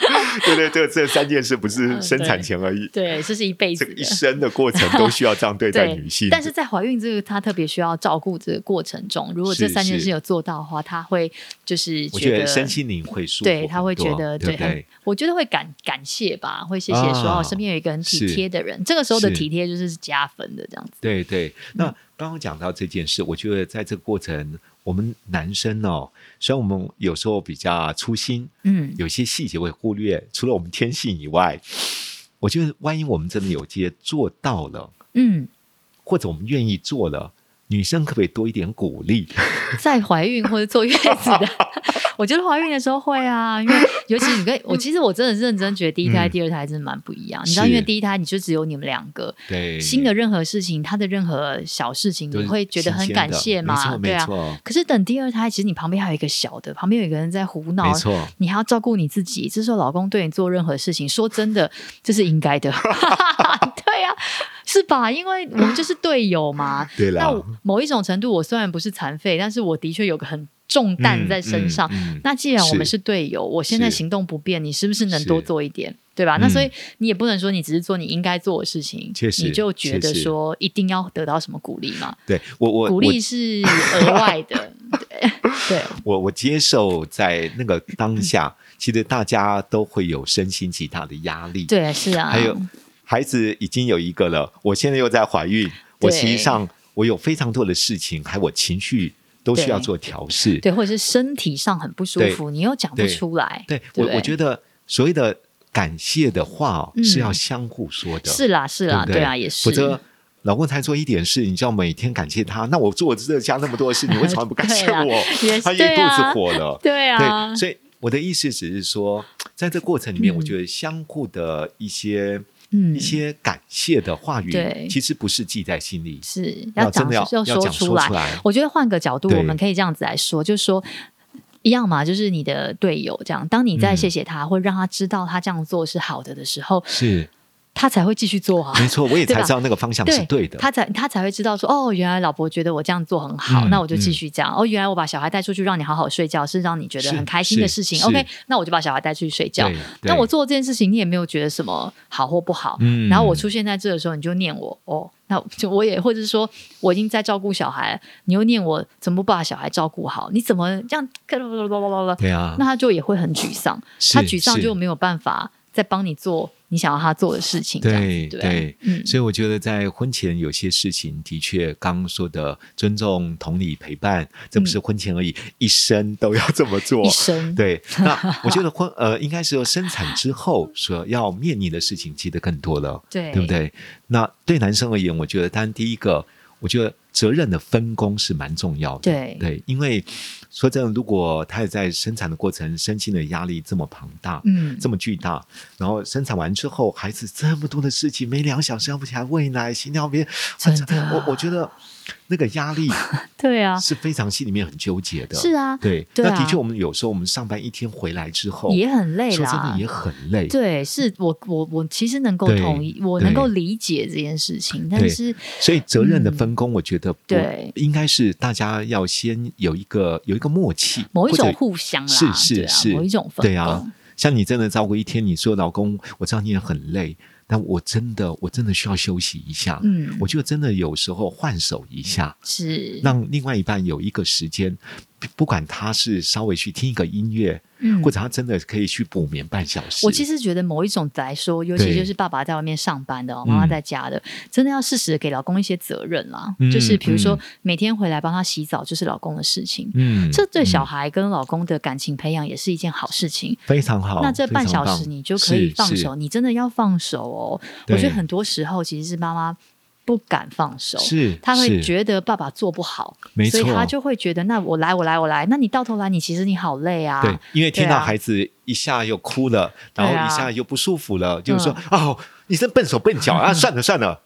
[SPEAKER 3] 对对对，这三件事不是
[SPEAKER 2] 嗯
[SPEAKER 3] 生产
[SPEAKER 2] 对
[SPEAKER 3] 前而已，
[SPEAKER 2] 对，这是一辈
[SPEAKER 3] 这
[SPEAKER 2] 子
[SPEAKER 3] 个
[SPEAKER 2] 的。
[SPEAKER 3] 一生的过程都需要这样对待
[SPEAKER 2] 对
[SPEAKER 3] 女性。
[SPEAKER 2] 但是在怀孕这个，她特别需要照顾这个过程中，如果这
[SPEAKER 1] 是
[SPEAKER 2] 三件
[SPEAKER 1] 是
[SPEAKER 2] 事有做到的话，她会就是
[SPEAKER 1] 我觉
[SPEAKER 2] 得
[SPEAKER 1] 得身心灵会舒服很
[SPEAKER 2] 对，
[SPEAKER 1] 多，
[SPEAKER 2] 他会觉得
[SPEAKER 1] 对不
[SPEAKER 2] 很
[SPEAKER 1] 对？
[SPEAKER 2] 我觉得会感感谢吧，会谢谢
[SPEAKER 1] 啊
[SPEAKER 2] 说、哦，身边有一个很体
[SPEAKER 1] 是
[SPEAKER 2] 贴的人，这个时候的
[SPEAKER 1] 是
[SPEAKER 2] 体贴就是加分的这样子。
[SPEAKER 1] 对对，那刚刚讲到这件事，我觉得在这个过程，我们男生哦，虽然我们有时候比较粗心，
[SPEAKER 2] 嗯，
[SPEAKER 1] 有些细节会忽略，除了我们天性以外，我觉得万一我们真的有些做到了，
[SPEAKER 2] 嗯，
[SPEAKER 1] 或者我们愿意做了，女生可不可以多一点鼓 励？
[SPEAKER 2] 在怀孕或者坐月子 的，我觉得怀孕的时候会啊，因为尤其你跟我，其实我真的认真觉得第一胎、
[SPEAKER 1] 嗯
[SPEAKER 2] 第二胎真的蛮不一样。你
[SPEAKER 1] 是
[SPEAKER 2] 知道，因为第一胎你就只有你们两个，
[SPEAKER 1] 对，
[SPEAKER 2] 新的任何事情，他的任何小事情，
[SPEAKER 1] 都
[SPEAKER 2] 你
[SPEAKER 1] 是
[SPEAKER 2] 会觉得很
[SPEAKER 1] 新鲜的
[SPEAKER 2] 感谢嘛？
[SPEAKER 1] 没
[SPEAKER 2] 对啊
[SPEAKER 1] 错，没。错，
[SPEAKER 2] 可是等第二胎，其实你旁边还有一个小的，旁边有一个人在胡闹
[SPEAKER 1] 没，错。
[SPEAKER 2] 你还要照顾你自己。这时候老公对你做任何事情，说真的，这是应该 的。 对呀、是吧？因为我们就是队友嘛。
[SPEAKER 1] 对啊啦
[SPEAKER 2] 那我某一种程度，我虽然不是残废，但是我的确有个很重担在身上。
[SPEAKER 1] 嗯嗯嗯
[SPEAKER 2] 那既然我们
[SPEAKER 1] 是
[SPEAKER 2] 是队友，我现在
[SPEAKER 1] 是
[SPEAKER 2] 行动不便，你是不是能
[SPEAKER 1] 是
[SPEAKER 2] 多做一点，对吧？那
[SPEAKER 1] 嗯
[SPEAKER 2] 所以你也不能说你只是做你应该做的事情，
[SPEAKER 1] 确实
[SPEAKER 2] 你就觉得
[SPEAKER 1] 确实
[SPEAKER 2] 说一定要得到什么鼓励嘛？
[SPEAKER 1] 对我我
[SPEAKER 2] 鼓
[SPEAKER 1] 我
[SPEAKER 2] 励是额外 的，对对，
[SPEAKER 1] 我我接受在那个当下，其实大家都会有身心其他的压力，，
[SPEAKER 2] 对，是啊，
[SPEAKER 1] 还有孩子已经有一个了，我现在又在怀孕，我
[SPEAKER 2] 对
[SPEAKER 1] 实际上我有非常多的事情，还有我情绪都需要做调试。
[SPEAKER 2] 对，或者是身体上很不舒服，你又讲不
[SPEAKER 1] 对
[SPEAKER 2] 出来，
[SPEAKER 1] 对
[SPEAKER 2] 对不
[SPEAKER 1] 我我觉得所谓的感谢的话、哦
[SPEAKER 2] 嗯
[SPEAKER 1] 是要相互说的，
[SPEAKER 2] 是啦是啦，
[SPEAKER 1] 对不对
[SPEAKER 2] 啊，也是，
[SPEAKER 1] 否则。老公才做一点事，你就要每天感谢他。那我做这家那么多的事，你为什么不感谢
[SPEAKER 2] 对啊
[SPEAKER 1] 我？
[SPEAKER 2] 也是
[SPEAKER 1] 他一肚
[SPEAKER 2] 对
[SPEAKER 1] 子
[SPEAKER 2] 啊
[SPEAKER 1] 火了。
[SPEAKER 2] 对啊
[SPEAKER 1] 对，，所以我的意思只是说，在这过程里面，
[SPEAKER 2] 嗯
[SPEAKER 1] 我觉得相互的一些、
[SPEAKER 2] 嗯
[SPEAKER 1] 一些感谢的话
[SPEAKER 2] 对
[SPEAKER 1] 语，其实不是记在心里，
[SPEAKER 2] 是
[SPEAKER 1] 要真
[SPEAKER 2] 讲
[SPEAKER 1] 的要
[SPEAKER 2] 要
[SPEAKER 1] 要讲
[SPEAKER 2] 出
[SPEAKER 1] 说
[SPEAKER 2] 来
[SPEAKER 1] 出。 来。
[SPEAKER 2] 我觉得换个角度，
[SPEAKER 1] 对
[SPEAKER 2] 我们可以这样子来说，就是说。一样嘛，就是你的队友这样。当你在
[SPEAKER 1] 嗯
[SPEAKER 2] 谢谢他，或让他知道他这样做是好的的时候，
[SPEAKER 1] 是
[SPEAKER 2] 他才会继续做啊。
[SPEAKER 1] 没错，我也
[SPEAKER 2] 对
[SPEAKER 1] 才
[SPEAKER 2] 吧
[SPEAKER 1] 知道那个方向是对的。
[SPEAKER 2] 他才他才会知道说，哦，原来老婆觉得我这样做很好，
[SPEAKER 1] 嗯
[SPEAKER 2] 那我就继续这样。哦，原来我把小孩带出去让你好好睡觉，是让你觉得
[SPEAKER 1] 是
[SPEAKER 2] 很开心的
[SPEAKER 1] 是
[SPEAKER 2] 事情。
[SPEAKER 1] 是
[SPEAKER 2] OK，那我就把小孩带出去睡觉
[SPEAKER 1] 对。
[SPEAKER 2] 那
[SPEAKER 1] 对
[SPEAKER 2] 我做这件事情，你也没有觉得什么好或不好。
[SPEAKER 1] 嗯
[SPEAKER 2] 然后我出现在这的时候，你就念我哦，那就我也或者是说我已经在照顾小孩，你又念我怎么不把小孩照顾好？你怎么这样？
[SPEAKER 1] 对啊，
[SPEAKER 2] 那他就也会很沮丧，
[SPEAKER 1] 是
[SPEAKER 2] 他沮丧
[SPEAKER 1] 是
[SPEAKER 2] 就没有办法再帮你做你想要他做的事情。这样
[SPEAKER 1] 对
[SPEAKER 2] 子对啊，嗯
[SPEAKER 1] 所以我觉得在婚前有些事情的确，刚刚说的尊
[SPEAKER 2] 嗯
[SPEAKER 1] 重、同理、陪伴，这不是婚前而已，一生都要这么做
[SPEAKER 2] 一。生
[SPEAKER 1] 对，那我觉得婚呃，应该是说生产之后所要面临的事情，其实更多了，
[SPEAKER 2] 对
[SPEAKER 1] 对不对？那对男生而言，我觉得，当然第一个，我觉得责任的分工是蛮重要的，
[SPEAKER 2] 对
[SPEAKER 1] 对，因为说真的，如果他也在生产的过程，身心的压力这么庞大，
[SPEAKER 2] 嗯
[SPEAKER 1] 这么巨大，然后生产完之后，孩子这么多的事情，每两小时要不起来喂奶、洗尿片，
[SPEAKER 2] 真的
[SPEAKER 1] 我我觉得那个压 力
[SPEAKER 2] 对啊，
[SPEAKER 1] 是非常心里面很纠结的，
[SPEAKER 2] 是啊，
[SPEAKER 1] 对，
[SPEAKER 2] 对啊
[SPEAKER 1] 那的确，我们有时候我们上班一天回来之后，
[SPEAKER 2] 也很累
[SPEAKER 1] 说真
[SPEAKER 2] 啦
[SPEAKER 1] 的。也很累。
[SPEAKER 2] 对，是我我我其实能够
[SPEAKER 1] 对
[SPEAKER 2] 同意，我
[SPEAKER 1] 对
[SPEAKER 2] 能够理解这件事情，但
[SPEAKER 1] 对
[SPEAKER 2] 是
[SPEAKER 1] 所以责任的分工，我觉得不、
[SPEAKER 2] 嗯对
[SPEAKER 1] 应该是大家要先有一个有一个默契，
[SPEAKER 2] 某一种
[SPEAKER 1] 或者
[SPEAKER 2] 互相啦，
[SPEAKER 1] 是是
[SPEAKER 2] 对啊
[SPEAKER 1] 是
[SPEAKER 2] 某一种分
[SPEAKER 1] 对啊
[SPEAKER 2] 工。。
[SPEAKER 1] 像你真的照顾一天，你说老公，我知道你也很累，但我真的我真的需要休息一下。
[SPEAKER 2] 嗯
[SPEAKER 1] 我就真的有时候换手一下，
[SPEAKER 2] 是，
[SPEAKER 1] 让另外一半有一个时间，不不管他是稍微去听一个音乐，
[SPEAKER 2] 嗯
[SPEAKER 1] 或者他真的可以去补眠半小时。
[SPEAKER 2] 我其实觉得某一种来说，尤其
[SPEAKER 1] 对
[SPEAKER 2] 就是爸爸在外面上班的、哦，妈妈
[SPEAKER 1] 嗯
[SPEAKER 2] 在家的，真的要适时地给老公一些责任啦。
[SPEAKER 1] 嗯
[SPEAKER 2] 就是比如说
[SPEAKER 1] 嗯
[SPEAKER 2] 每天回来帮他洗澡，就是老公的事情。
[SPEAKER 1] 嗯，
[SPEAKER 2] 这对小
[SPEAKER 1] 嗯、
[SPEAKER 2] 孩跟老公的感情培养也是一件好事情。
[SPEAKER 1] 哦非常好。
[SPEAKER 2] 那这半小
[SPEAKER 1] 非常
[SPEAKER 2] 时
[SPEAKER 1] 棒
[SPEAKER 2] 你就可以放
[SPEAKER 1] 是是
[SPEAKER 2] 手，你真的要放手哦。我
[SPEAKER 1] 对
[SPEAKER 2] 觉得很多时候其实是妈妈。不敢放手，
[SPEAKER 1] 是
[SPEAKER 2] 他会
[SPEAKER 1] 是
[SPEAKER 2] 觉得爸爸做不好，
[SPEAKER 1] 没
[SPEAKER 2] 所以
[SPEAKER 1] 错
[SPEAKER 2] 他就会觉得那我来我来我来，那你到头来你其实你好累啊，
[SPEAKER 1] 对，因为听
[SPEAKER 2] 对
[SPEAKER 1] 到
[SPEAKER 2] 啊
[SPEAKER 1] 孩子一下又哭了，
[SPEAKER 2] 对
[SPEAKER 1] 然
[SPEAKER 2] 啊嗯
[SPEAKER 1] 后一下又不舒服了，就是说哦，你这笨手笨脚 啊，算了算了，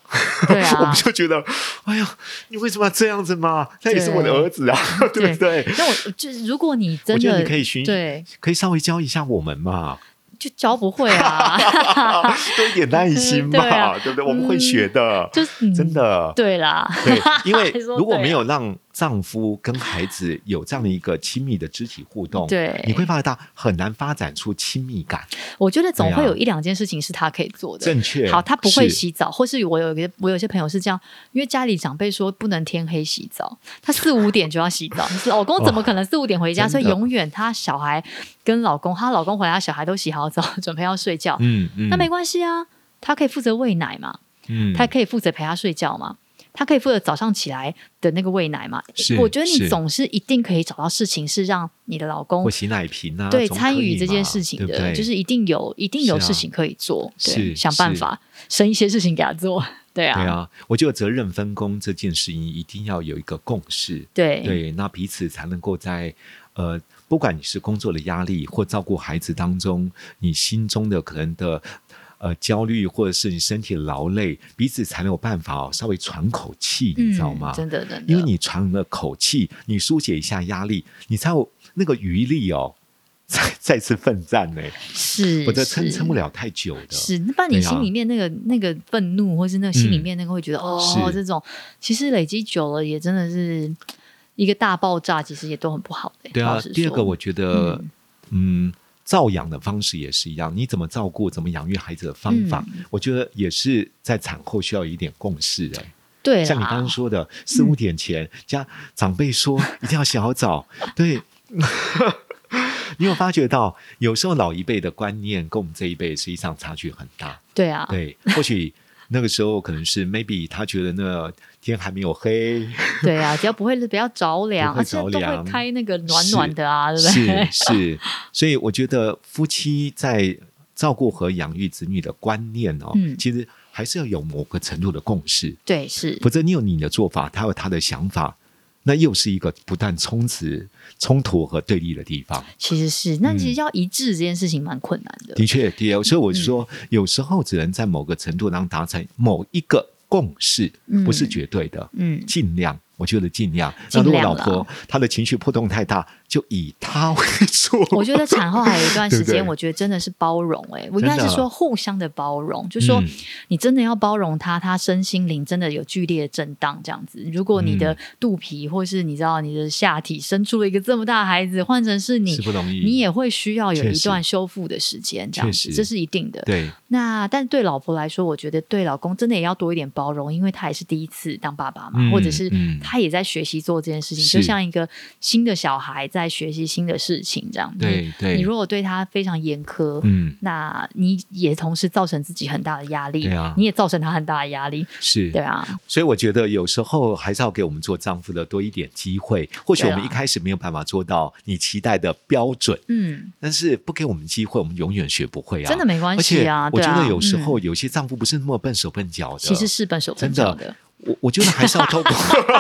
[SPEAKER 2] 对
[SPEAKER 3] 我
[SPEAKER 2] 啊
[SPEAKER 3] 们。就觉得，哎呀，你为什么要这样子嘛？他也是我的儿子 啊，对不对？
[SPEAKER 2] 那我就是如果你真
[SPEAKER 1] 我觉
[SPEAKER 2] 的
[SPEAKER 1] 得你可以寻
[SPEAKER 2] 对，
[SPEAKER 1] 可以稍微教一下我们嘛，
[SPEAKER 2] 就教不会 啊，
[SPEAKER 3] 多一点耐心
[SPEAKER 2] 嗯
[SPEAKER 3] 嘛，
[SPEAKER 2] 对啊
[SPEAKER 3] 对不对？我们会学的，
[SPEAKER 2] 就是
[SPEAKER 3] 真
[SPEAKER 2] 嗯
[SPEAKER 3] 的。
[SPEAKER 2] 对啦，
[SPEAKER 1] 对，因为
[SPEAKER 2] 还说
[SPEAKER 1] 如果
[SPEAKER 2] 对啊
[SPEAKER 1] 没有让丈夫跟孩子有这样的一个亲密的肢体互动，
[SPEAKER 2] 对
[SPEAKER 1] 你会发觉到很难发展出亲密感。
[SPEAKER 2] 我觉得总
[SPEAKER 1] 对啊
[SPEAKER 2] 会有一两件事情是他可以做的。
[SPEAKER 1] 正确，
[SPEAKER 2] 好，他不会
[SPEAKER 1] 是
[SPEAKER 2] 洗澡，或是我有一个我有些朋友是这样，因为家里长辈说不能天黑洗澡，他四五点就要洗澡，老公怎么可能四五点回家？所
[SPEAKER 1] 真的
[SPEAKER 2] 以永远他小孩跟老公，她老公回来，小孩都洗好澡， 准备要睡觉，
[SPEAKER 1] 嗯嗯，
[SPEAKER 2] 哦那没关系啊，他可以负责喂奶嘛，
[SPEAKER 1] 嗯，
[SPEAKER 2] 他可以负责陪他睡觉嘛。他可以负责早上起来的那个喂奶嘛？
[SPEAKER 1] 是
[SPEAKER 2] 我觉得你
[SPEAKER 1] 是
[SPEAKER 2] 总是一定可以找到事情是让你的老公
[SPEAKER 1] 或洗奶瓶啊，
[SPEAKER 2] 对
[SPEAKER 1] 总
[SPEAKER 2] 参
[SPEAKER 1] 可
[SPEAKER 2] 与
[SPEAKER 1] 以
[SPEAKER 2] 这件
[SPEAKER 1] 嘛
[SPEAKER 2] 事情
[SPEAKER 1] 对
[SPEAKER 2] 的，
[SPEAKER 1] 不对
[SPEAKER 2] 就是一定有一定有
[SPEAKER 1] 是啊
[SPEAKER 2] 事情可以做，对，
[SPEAKER 1] 是
[SPEAKER 2] 想办
[SPEAKER 1] 是
[SPEAKER 2] 法生一些事情给他做，对
[SPEAKER 1] 对
[SPEAKER 2] 啊，
[SPEAKER 1] 啊，我觉得责任分工这件事情一定要有一个共识，
[SPEAKER 2] 对
[SPEAKER 1] 对，那彼此才能够在呃，不管你是工作的压力或照顾孩子当中，你心中的可能的呃焦虑，或者是你身体的劳累，彼此才能有办法、哦稍微喘口气，你知道吗？
[SPEAKER 2] 嗯、真的真的，
[SPEAKER 1] 因为你喘了口气，你疏解一下压力，你才有那个余力哦， 再再次奋战呢、
[SPEAKER 2] 是
[SPEAKER 1] 否则撑
[SPEAKER 2] 是
[SPEAKER 1] 撑不了太久的。
[SPEAKER 2] 是，那不然你
[SPEAKER 1] 对啊
[SPEAKER 2] 心里面那个、那个愤怒，或是那个心里
[SPEAKER 1] 嗯
[SPEAKER 2] 面那个会觉得、哦，
[SPEAKER 1] 是
[SPEAKER 2] 这种其实累积久了也真的是一个大爆炸，其实也都很不好的、
[SPEAKER 1] 对啊
[SPEAKER 2] 老实，
[SPEAKER 1] 第二
[SPEAKER 2] 说
[SPEAKER 1] 个我觉得
[SPEAKER 2] 嗯，
[SPEAKER 1] 嗯，照养的方式也是一样，你怎么照顾、怎么养育孩子的方法，我觉得也是在产后需要有一点共识的。
[SPEAKER 2] 对啊啦，
[SPEAKER 1] 像你刚刚说的，四五点前，家长辈说一定要洗好澡，对。 你有发觉到，有时候老一辈的观念跟我们这一辈实际上差距很大。
[SPEAKER 2] 对啊，
[SPEAKER 1] 对，或许那个时候可能是 maybe 他觉得那天还没有黑，
[SPEAKER 2] 对啊，只要不会不要着凉，
[SPEAKER 1] 不会
[SPEAKER 2] 而且
[SPEAKER 1] 着
[SPEAKER 2] 都会
[SPEAKER 1] 凉
[SPEAKER 2] 开那个暖暖的啊，对不
[SPEAKER 1] 是
[SPEAKER 2] 对？
[SPEAKER 1] 是，所以我觉得夫妻在照顾和养育子女的观念哦，
[SPEAKER 2] 嗯
[SPEAKER 1] 其实还是要有某个程度的共识，
[SPEAKER 2] 对是，
[SPEAKER 1] 否则你有你的做法，他有他的想法，那又是一个不断冲突、冲突和对立的地方。
[SPEAKER 2] 其实是，那其
[SPEAKER 1] 嗯
[SPEAKER 2] 实要一致这件事情蛮困难的。
[SPEAKER 1] 的确，的确，所以
[SPEAKER 2] 嗯
[SPEAKER 1] 我说，有时候只能在某个程度上达成某一个共识，不是
[SPEAKER 2] 嗯
[SPEAKER 1] 绝对的。
[SPEAKER 2] 嗯，
[SPEAKER 1] 尽量，我觉得尽量。
[SPEAKER 2] 尽
[SPEAKER 1] 那如果
[SPEAKER 2] 量
[SPEAKER 1] 老
[SPEAKER 2] 啦
[SPEAKER 1] 婆她的情绪波动太大，就以她为 主。
[SPEAKER 2] 我觉得产后还有一段时
[SPEAKER 1] 对
[SPEAKER 2] 间，
[SPEAKER 1] 不对
[SPEAKER 2] 我觉得真的是包容、欸，我应
[SPEAKER 1] 真
[SPEAKER 2] 该
[SPEAKER 1] 的哦
[SPEAKER 2] 是说互相的包容，就说
[SPEAKER 1] 嗯
[SPEAKER 2] 你真的要包容他，他身心灵真的有剧烈的震荡这样子。如果你的
[SPEAKER 1] 嗯
[SPEAKER 2] 肚皮或是你知道你的下体生出了一个这么大的孩子，换成是你
[SPEAKER 1] 是。不容易，
[SPEAKER 2] 你也会需要有
[SPEAKER 1] 确
[SPEAKER 2] 一
[SPEAKER 1] 实
[SPEAKER 2] 段修复的时间，这样子，
[SPEAKER 1] 确实
[SPEAKER 2] 这是一定的。嗯
[SPEAKER 1] 对，
[SPEAKER 2] 那但对老婆来说，我觉得对老公真的也要多一点包容，因为他也是第一次当爸爸嘛，
[SPEAKER 1] 嗯
[SPEAKER 2] 或者是
[SPEAKER 1] 嗯
[SPEAKER 2] 他也在学习做这件事情，
[SPEAKER 1] 是
[SPEAKER 2] 就像一个新的小孩在学习新的事情这样。
[SPEAKER 1] 对对
[SPEAKER 2] 你如果对他非常严苛。
[SPEAKER 1] 嗯，
[SPEAKER 2] 那你也同时造成自己很大的压力，
[SPEAKER 1] 对啊
[SPEAKER 2] 你也造成他很大的压力，
[SPEAKER 1] 是
[SPEAKER 2] 对。啊，
[SPEAKER 1] 所以我觉得有时候还是要给我们做丈夫的多一点机会。或许
[SPEAKER 2] 对
[SPEAKER 1] 我
[SPEAKER 2] 啊
[SPEAKER 1] 们一开始没有办法做到你期待的标准，
[SPEAKER 2] 嗯，
[SPEAKER 1] 但是不给我们机会，我们永远学不会啊。
[SPEAKER 2] 真的没关系啊
[SPEAKER 1] 而且我
[SPEAKER 2] 对啊
[SPEAKER 1] 觉得有时候
[SPEAKER 2] 嗯
[SPEAKER 1] 有些丈夫不是那么笨手笨脚的，
[SPEAKER 2] 其实是笨手笨
[SPEAKER 1] 真
[SPEAKER 2] 脚
[SPEAKER 1] 的
[SPEAKER 2] 的，
[SPEAKER 1] 我我觉得还是要透过。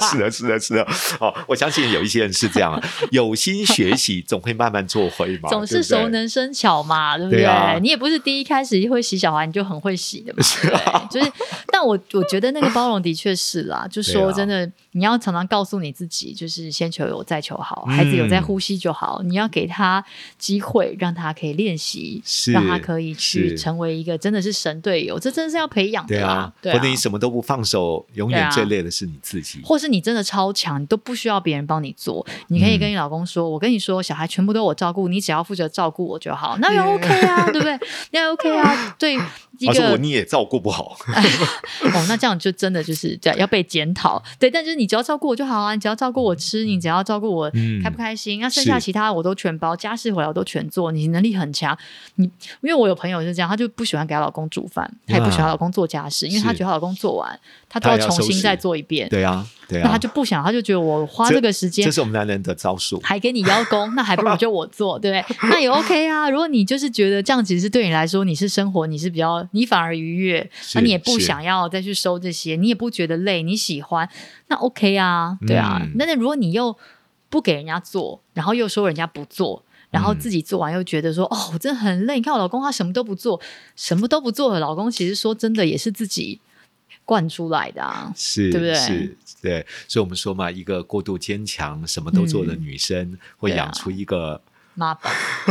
[SPEAKER 3] 是的，是的，是的。
[SPEAKER 1] 哦，我相信有一些人是这样 啊，有心学习总会慢慢做回嘛，
[SPEAKER 2] 总
[SPEAKER 1] 对
[SPEAKER 2] 是
[SPEAKER 1] 不对
[SPEAKER 2] 熟能生巧嘛，对不
[SPEAKER 1] 对啊
[SPEAKER 2] 你也不是第一开始会洗小孩你就很会洗 的嘛，对，就是。但我我觉得那个包容的确是啦，就
[SPEAKER 1] 对
[SPEAKER 2] 说
[SPEAKER 1] 啊
[SPEAKER 2] 真的，你要常常告诉你自己，就是先求有再求好，
[SPEAKER 1] 嗯
[SPEAKER 2] 孩子有在呼吸就好，你要给他机会，让他可以练习，
[SPEAKER 1] 是
[SPEAKER 2] 让他可以去
[SPEAKER 1] 是
[SPEAKER 2] 成为一个真的是神队友，这真的是要培养
[SPEAKER 1] 对
[SPEAKER 2] 的啦
[SPEAKER 1] 啊，，
[SPEAKER 2] 对
[SPEAKER 1] 或者你什么都不放手，永
[SPEAKER 2] 对
[SPEAKER 1] 远
[SPEAKER 2] 啊
[SPEAKER 1] 最累的是你自己。
[SPEAKER 2] 或是你真的超强，你都不需要别人帮你做，你可以跟
[SPEAKER 1] 嗯
[SPEAKER 2] 你老公说：“我跟你说，小孩全部都我照顾，你只要负责照顾我就好。”那也 OK 啊，对不对？那也 OK 啊，对一
[SPEAKER 1] 而且
[SPEAKER 2] 个
[SPEAKER 1] 嗯我你也照顾 不好，
[SPEAKER 2] 哦，那这样就真的就是对要被检讨。对，但就是你只要照顾我就好啊，你只要照顾我吃，你只要照顾我
[SPEAKER 1] 嗯
[SPEAKER 2] 开不开心，那剩下
[SPEAKER 1] 是
[SPEAKER 2] 其他我都全包，家事回来我都全做，你能力很强。你因为我有朋友是这样，她就不喜欢给她老公煮饭，她也不喜欢
[SPEAKER 1] 啊
[SPEAKER 2] 老公做家事，因为她
[SPEAKER 1] 是
[SPEAKER 2] 觉得她老公做完他都要
[SPEAKER 1] 他要
[SPEAKER 2] 重
[SPEAKER 1] 收
[SPEAKER 2] 新
[SPEAKER 1] 拾
[SPEAKER 2] 再做一遍。
[SPEAKER 1] 对啊，对啊，
[SPEAKER 2] 那他就不想，他就觉得我花这个时间
[SPEAKER 1] 这是我们男人的招数。
[SPEAKER 2] 还给你邀 功，那还不如就我做，对不对？那也 OK 啊。如果你就是觉得这样，其实对你来说，你是生活，你是比较，你反而愉悦，那你也不
[SPEAKER 1] 是
[SPEAKER 2] 想要再去收这些，你也不觉得累，你喜欢，那 OK 啊，对啊。
[SPEAKER 1] 嗯
[SPEAKER 2] 那那如果你又不给人家做，然后又说人家不
[SPEAKER 1] 嗯
[SPEAKER 2] 做。然后自己做完又觉得说、哦，我真的很累。你看我老公他什么都不做，什么都不做的老公，其实说真的也是自己惯出来的啊。
[SPEAKER 1] 是，
[SPEAKER 2] 对不对
[SPEAKER 1] 是，对，所以我们说嘛，一个过度坚强、什么都做的
[SPEAKER 2] 嗯
[SPEAKER 1] 女生，会
[SPEAKER 2] 对啊
[SPEAKER 1] 养出一个
[SPEAKER 2] 妈宝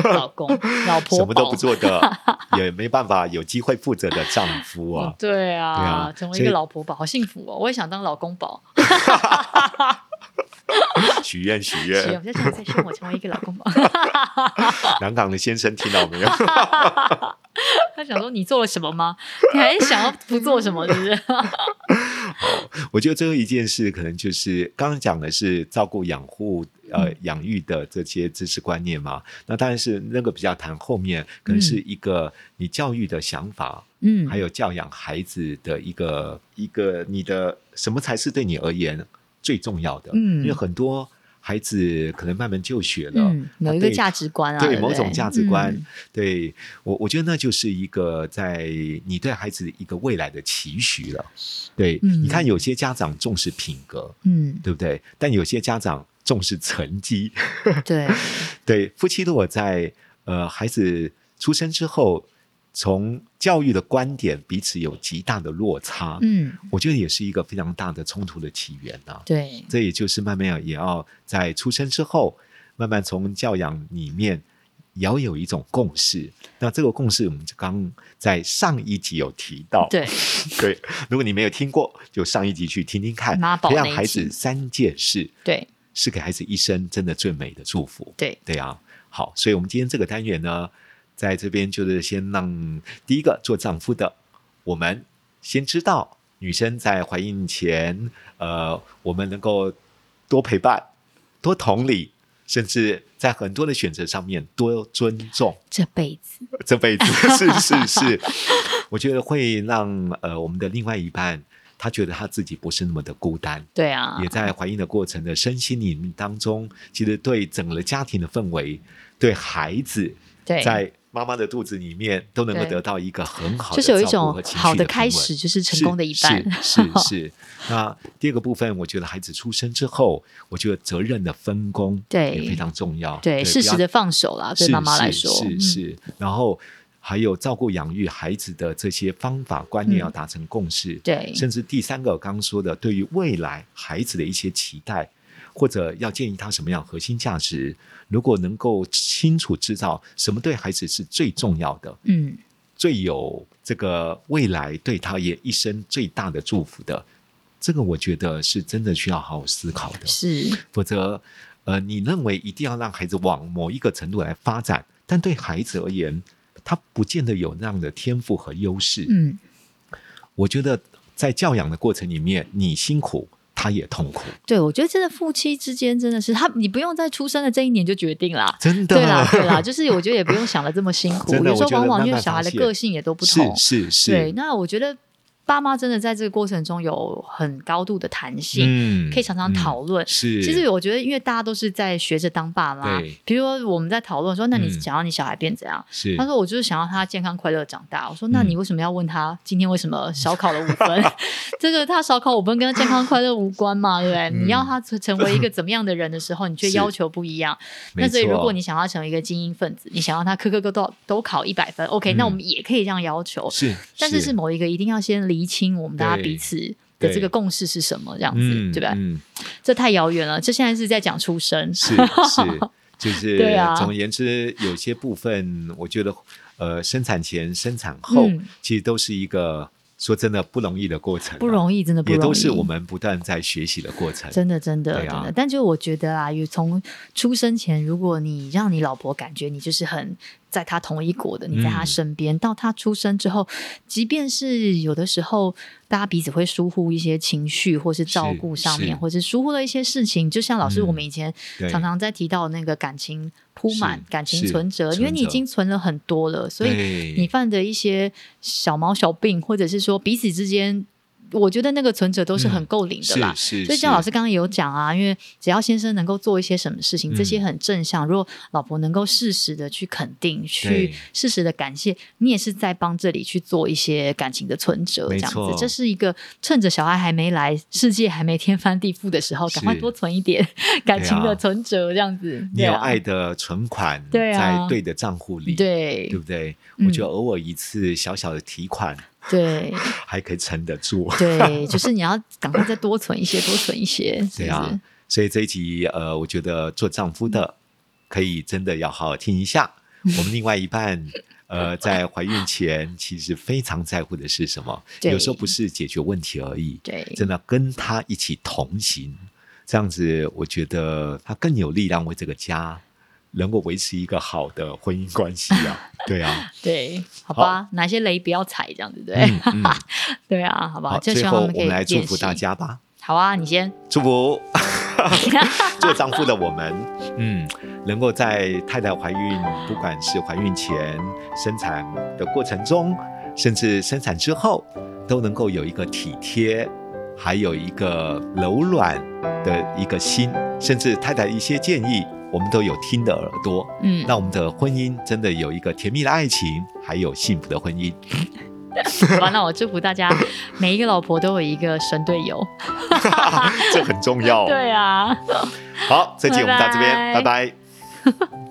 [SPEAKER 2] 老公、 老婆
[SPEAKER 1] 什么都
[SPEAKER 2] 宝
[SPEAKER 1] 不做的， 也没办法有机会负责的丈夫啊
[SPEAKER 2] 嗯。对啊，
[SPEAKER 1] 对啊
[SPEAKER 2] 成为一
[SPEAKER 1] 所以
[SPEAKER 2] 个老婆宝，好幸福哦！我也想当老公宝，
[SPEAKER 1] 许愿，许
[SPEAKER 2] 嗯 是啊我
[SPEAKER 1] 愿，
[SPEAKER 2] 在想再生我成为一个老公宝。
[SPEAKER 1] 南港的先生听到没有？
[SPEAKER 2] 他想说你做了什么吗？你还想要不做什么，是不 是？
[SPEAKER 1] 我觉得最后一件事，可能就是刚刚讲的是照顾养护、呃
[SPEAKER 2] 嗯
[SPEAKER 1] 养育的这些知识观念嘛。那当然是那个比较谈后面，可能是一个你教育的想法，
[SPEAKER 2] 嗯
[SPEAKER 1] 还有教养孩子的一个一个你的什么才是对你而言最重要的？
[SPEAKER 2] 嗯
[SPEAKER 1] 因为很多孩子可能慢慢就学了，
[SPEAKER 2] 嗯，有一
[SPEAKER 1] 哦他
[SPEAKER 2] 个
[SPEAKER 1] 对
[SPEAKER 2] 价值观啊，
[SPEAKER 1] 对
[SPEAKER 2] 不
[SPEAKER 1] 某种价值观，
[SPEAKER 2] 嗯
[SPEAKER 1] 对我我觉得那就是一个在你对孩子一个未来的期许了。对，
[SPEAKER 2] 嗯
[SPEAKER 1] 你看有些家长重视品格，
[SPEAKER 2] 嗯，
[SPEAKER 1] 对不对？但有些家长重视成绩。
[SPEAKER 2] 嗯对，
[SPEAKER 1] 对，夫妻如果在呃孩子出生之后，从教育的观点彼此有极大的落差，
[SPEAKER 2] 嗯，
[SPEAKER 1] 我觉得也是一个非常大的冲突的起源呐、
[SPEAKER 2] 对，
[SPEAKER 1] 这也就是慢慢也要在出生之后，慢慢从教养里面也要有一种共识。那这个共识，我们刚在上一集有提到。
[SPEAKER 2] 对，
[SPEAKER 1] 对，如果你没有听过，就上一集去听听看
[SPEAKER 2] 妈。宝
[SPEAKER 1] 培养
[SPEAKER 2] 那一
[SPEAKER 1] 孩
[SPEAKER 2] 集
[SPEAKER 1] 子三件事，
[SPEAKER 2] 对，
[SPEAKER 1] 是给孩子一生真的最美的祝福。
[SPEAKER 2] 对，
[SPEAKER 1] 对啊，好，所以我们今天这个单元呢，在这边就是先让第一个做丈夫的，我们先知道女生在怀孕前，呃，我们能够多陪伴、多同理，甚至在很多的选择上面多尊重。
[SPEAKER 2] 这辈子，
[SPEAKER 1] 这辈子是是是，我觉得会让呃我们的另外一半，他觉得他自己不是那么的孤单。
[SPEAKER 2] 对啊
[SPEAKER 1] 也，在怀孕的过程的身心灵当中，其实对整个家庭的氛围，对孩子
[SPEAKER 2] 对，
[SPEAKER 1] 在妈妈的肚子里面都能够
[SPEAKER 2] 对
[SPEAKER 1] 得到一个很好
[SPEAKER 2] 就
[SPEAKER 1] 的
[SPEAKER 2] 是有一
[SPEAKER 1] 照
[SPEAKER 2] 种
[SPEAKER 1] 顾和情绪
[SPEAKER 2] 好的
[SPEAKER 1] 的
[SPEAKER 2] 开
[SPEAKER 1] 平稳
[SPEAKER 2] 始，就是成功的一半。
[SPEAKER 1] 是是是。 那第二个部分，我觉得孩子出生之后，我觉得责任的分工
[SPEAKER 2] 对
[SPEAKER 1] 也非常重要，
[SPEAKER 2] 对，适
[SPEAKER 1] 不要
[SPEAKER 2] 时的放手啦，对
[SPEAKER 1] 是
[SPEAKER 2] 妈妈来
[SPEAKER 1] 是
[SPEAKER 2] 说，
[SPEAKER 1] 是
[SPEAKER 2] 嗯
[SPEAKER 1] 是，然后还有照顾养育孩子的这些方法观念
[SPEAKER 2] 嗯
[SPEAKER 1] 要达成共识，
[SPEAKER 2] 对
[SPEAKER 1] 甚至第三个我刚刚说的，对于未来孩子的一些期待，或者要建议他什么样核心价值，如果能够清楚知道什么对孩子是最重要的，
[SPEAKER 2] 嗯，
[SPEAKER 1] 最有这个未来对他也一生最大的祝福的，这个我觉得是真的需要好好思考的。
[SPEAKER 2] 是，
[SPEAKER 1] 否则，呃，你认为一定要让孩子往某一个程度来发展，但对孩子而言，他不见得有那样的天赋和优势。
[SPEAKER 2] 嗯，
[SPEAKER 1] 我觉得在教养的过程里面，你辛苦，他也痛苦，
[SPEAKER 2] 对，我觉得真的夫妻之间真的是他，你不用在出生的这一年就决定啦。
[SPEAKER 1] 真的。
[SPEAKER 2] 对啦，对 啦，就是我觉得也不用想的这么辛苦。
[SPEAKER 1] 真的
[SPEAKER 2] 有时
[SPEAKER 1] 我
[SPEAKER 2] 候
[SPEAKER 1] 觉得
[SPEAKER 2] 往往
[SPEAKER 1] 慢
[SPEAKER 2] 因为
[SPEAKER 1] 慢
[SPEAKER 2] 小
[SPEAKER 1] 发
[SPEAKER 2] 孩的
[SPEAKER 1] 现
[SPEAKER 2] 个性也都不
[SPEAKER 1] 是
[SPEAKER 2] 同，
[SPEAKER 1] 是
[SPEAKER 2] 对。
[SPEAKER 1] 是，
[SPEAKER 2] 那我觉得爸妈真的在这个过程中有很高度的弹性，
[SPEAKER 1] 嗯
[SPEAKER 2] 可以常常讨论。
[SPEAKER 1] 是，
[SPEAKER 2] 其实我觉得，因为大家都是在学着当爸妈
[SPEAKER 1] 对，
[SPEAKER 2] 比如说我们在讨论说，那你
[SPEAKER 1] 嗯
[SPEAKER 2] 想要你小孩变怎样？
[SPEAKER 1] 是
[SPEAKER 2] 他说我就是想要他健康快乐长大。我说那
[SPEAKER 1] 嗯
[SPEAKER 2] 你为什么要问他今天为什么少考了五分？ 这个他少考五分跟他健康快乐无关嘛，对不对？
[SPEAKER 1] 嗯
[SPEAKER 2] 你要他成成为一个怎么样的人的时候，你却
[SPEAKER 1] 是
[SPEAKER 2] 要求不一样。
[SPEAKER 1] 没
[SPEAKER 2] 那所以如
[SPEAKER 1] 错
[SPEAKER 2] 果你想要成为一个精英分子，你想要他科科科都都考一百分，OK，、
[SPEAKER 1] 嗯
[SPEAKER 2] 那我们也可以这样要求。
[SPEAKER 1] 是，
[SPEAKER 2] 但是是某一个一定要先厘清我们大家
[SPEAKER 1] 对
[SPEAKER 2] 彼此的这
[SPEAKER 1] 对
[SPEAKER 2] 个共识是什么，这样子，对不对？
[SPEAKER 1] 嗯，
[SPEAKER 2] 这太遥远了，这现在是在讲出生，
[SPEAKER 1] 是是， 就是
[SPEAKER 2] 对啊
[SPEAKER 1] 总而言之，有些部分我觉得，呃，生产前、生产后，
[SPEAKER 2] 嗯
[SPEAKER 1] 其实都是一个说真的不容易的过程、
[SPEAKER 2] 不容
[SPEAKER 1] 易，
[SPEAKER 2] 易，真的不
[SPEAKER 1] 也
[SPEAKER 2] 容易。
[SPEAKER 1] 都是我们不断在学习的过程。
[SPEAKER 2] 真的，真的，
[SPEAKER 1] 对啊
[SPEAKER 2] 真的。但就我觉得啊，有从出生前，如果你让你老婆感觉你就是很在她同一国的，你在她
[SPEAKER 1] 嗯
[SPEAKER 2] 身边，到她出生之后，即便是有的时候大家彼此会疏忽一些情绪，或是照顾上面，
[SPEAKER 1] 是
[SPEAKER 2] 或是疏忽了一些事情，就像老师
[SPEAKER 1] 嗯
[SPEAKER 2] 我们以前
[SPEAKER 1] 对
[SPEAKER 2] 常常在提到那个感情铺满
[SPEAKER 1] 是、
[SPEAKER 2] 感情
[SPEAKER 1] 是
[SPEAKER 2] 存折，
[SPEAKER 1] 存
[SPEAKER 2] 因为你已
[SPEAKER 1] 折
[SPEAKER 2] 经存了很多了，所以
[SPEAKER 1] 对
[SPEAKER 2] 你犯的一些小毛小病，或者是说彼此之间我觉得那个存折都是很
[SPEAKER 1] 嗯
[SPEAKER 2] 够领的
[SPEAKER 1] 是
[SPEAKER 2] 啦。
[SPEAKER 1] 是，
[SPEAKER 2] 所以像
[SPEAKER 1] 是
[SPEAKER 2] 老师刚刚也有讲啊，因为只要先生能够做一些什么事情，
[SPEAKER 1] 嗯
[SPEAKER 2] 这些很正向。如果老婆能够适时的去肯定，去
[SPEAKER 1] 对
[SPEAKER 2] 适时的感谢，你也是在帮这里去做一些感情的存折，这
[SPEAKER 1] 没
[SPEAKER 2] 样子
[SPEAKER 1] 错。
[SPEAKER 2] 这是一个趁着小孩还没来，世界还没天翻地覆的时候，赶快
[SPEAKER 1] 是
[SPEAKER 2] 多存一点感情
[SPEAKER 1] 对
[SPEAKER 2] 的
[SPEAKER 1] 啊
[SPEAKER 2] 存折，这样子。
[SPEAKER 1] 你有
[SPEAKER 2] 对啊
[SPEAKER 1] 爱的存款
[SPEAKER 2] 对啊
[SPEAKER 1] 在对的账户里，
[SPEAKER 2] 对
[SPEAKER 1] 对不对？
[SPEAKER 2] 嗯
[SPEAKER 1] 我觉得偶尔一次小小的提款
[SPEAKER 2] 对
[SPEAKER 1] 还可以撑得住。
[SPEAKER 2] 对，就是你要赶快再多存一些，多存一些，是
[SPEAKER 1] 对
[SPEAKER 2] 不是
[SPEAKER 1] 啊？，所以这一集呃，我觉得做丈夫
[SPEAKER 2] 嗯
[SPEAKER 1] 的可以真的要好好听 一下。我们另外一半呃，在怀孕前其实非常在乎的是什么？
[SPEAKER 2] 对
[SPEAKER 1] 有时候不是解决问题而已，
[SPEAKER 2] 对，
[SPEAKER 1] 真的跟他一起同行，这样子我觉得他更有力量为这个家能够维持一个好的婚姻关系 啊。对啊，
[SPEAKER 2] 对，好吧，哪些雷不要踩，这样对不对？
[SPEAKER 1] 嗯 嗯，
[SPEAKER 2] 对啊，好吧，
[SPEAKER 1] 好，
[SPEAKER 2] 就希
[SPEAKER 1] 最
[SPEAKER 2] 望
[SPEAKER 1] 后
[SPEAKER 2] 们可
[SPEAKER 1] 我
[SPEAKER 2] 以
[SPEAKER 1] 们来祝
[SPEAKER 2] 练
[SPEAKER 1] 福
[SPEAKER 2] 习
[SPEAKER 1] 大。家吧，
[SPEAKER 2] 好啊，你先。
[SPEAKER 1] 祝福做丈夫的我们，嗯，能够在太太怀孕，不管是怀孕前、生产的过程中，甚至生产之后，都能够有一个体贴，还有一个柔软的一个心，甚至太太一些建议，我们都有听的耳朵，
[SPEAKER 2] 嗯，
[SPEAKER 1] 让我们的婚姻真的有一个甜蜜的爱情，还有幸福的 婚姻。
[SPEAKER 2] 好吧，那我祝福大家，每一个老婆都有一个神队友。
[SPEAKER 3] 这很重要。
[SPEAKER 2] 对啊。
[SPEAKER 1] 好，这集我们到这边，
[SPEAKER 2] 拜拜
[SPEAKER 1] 拜拜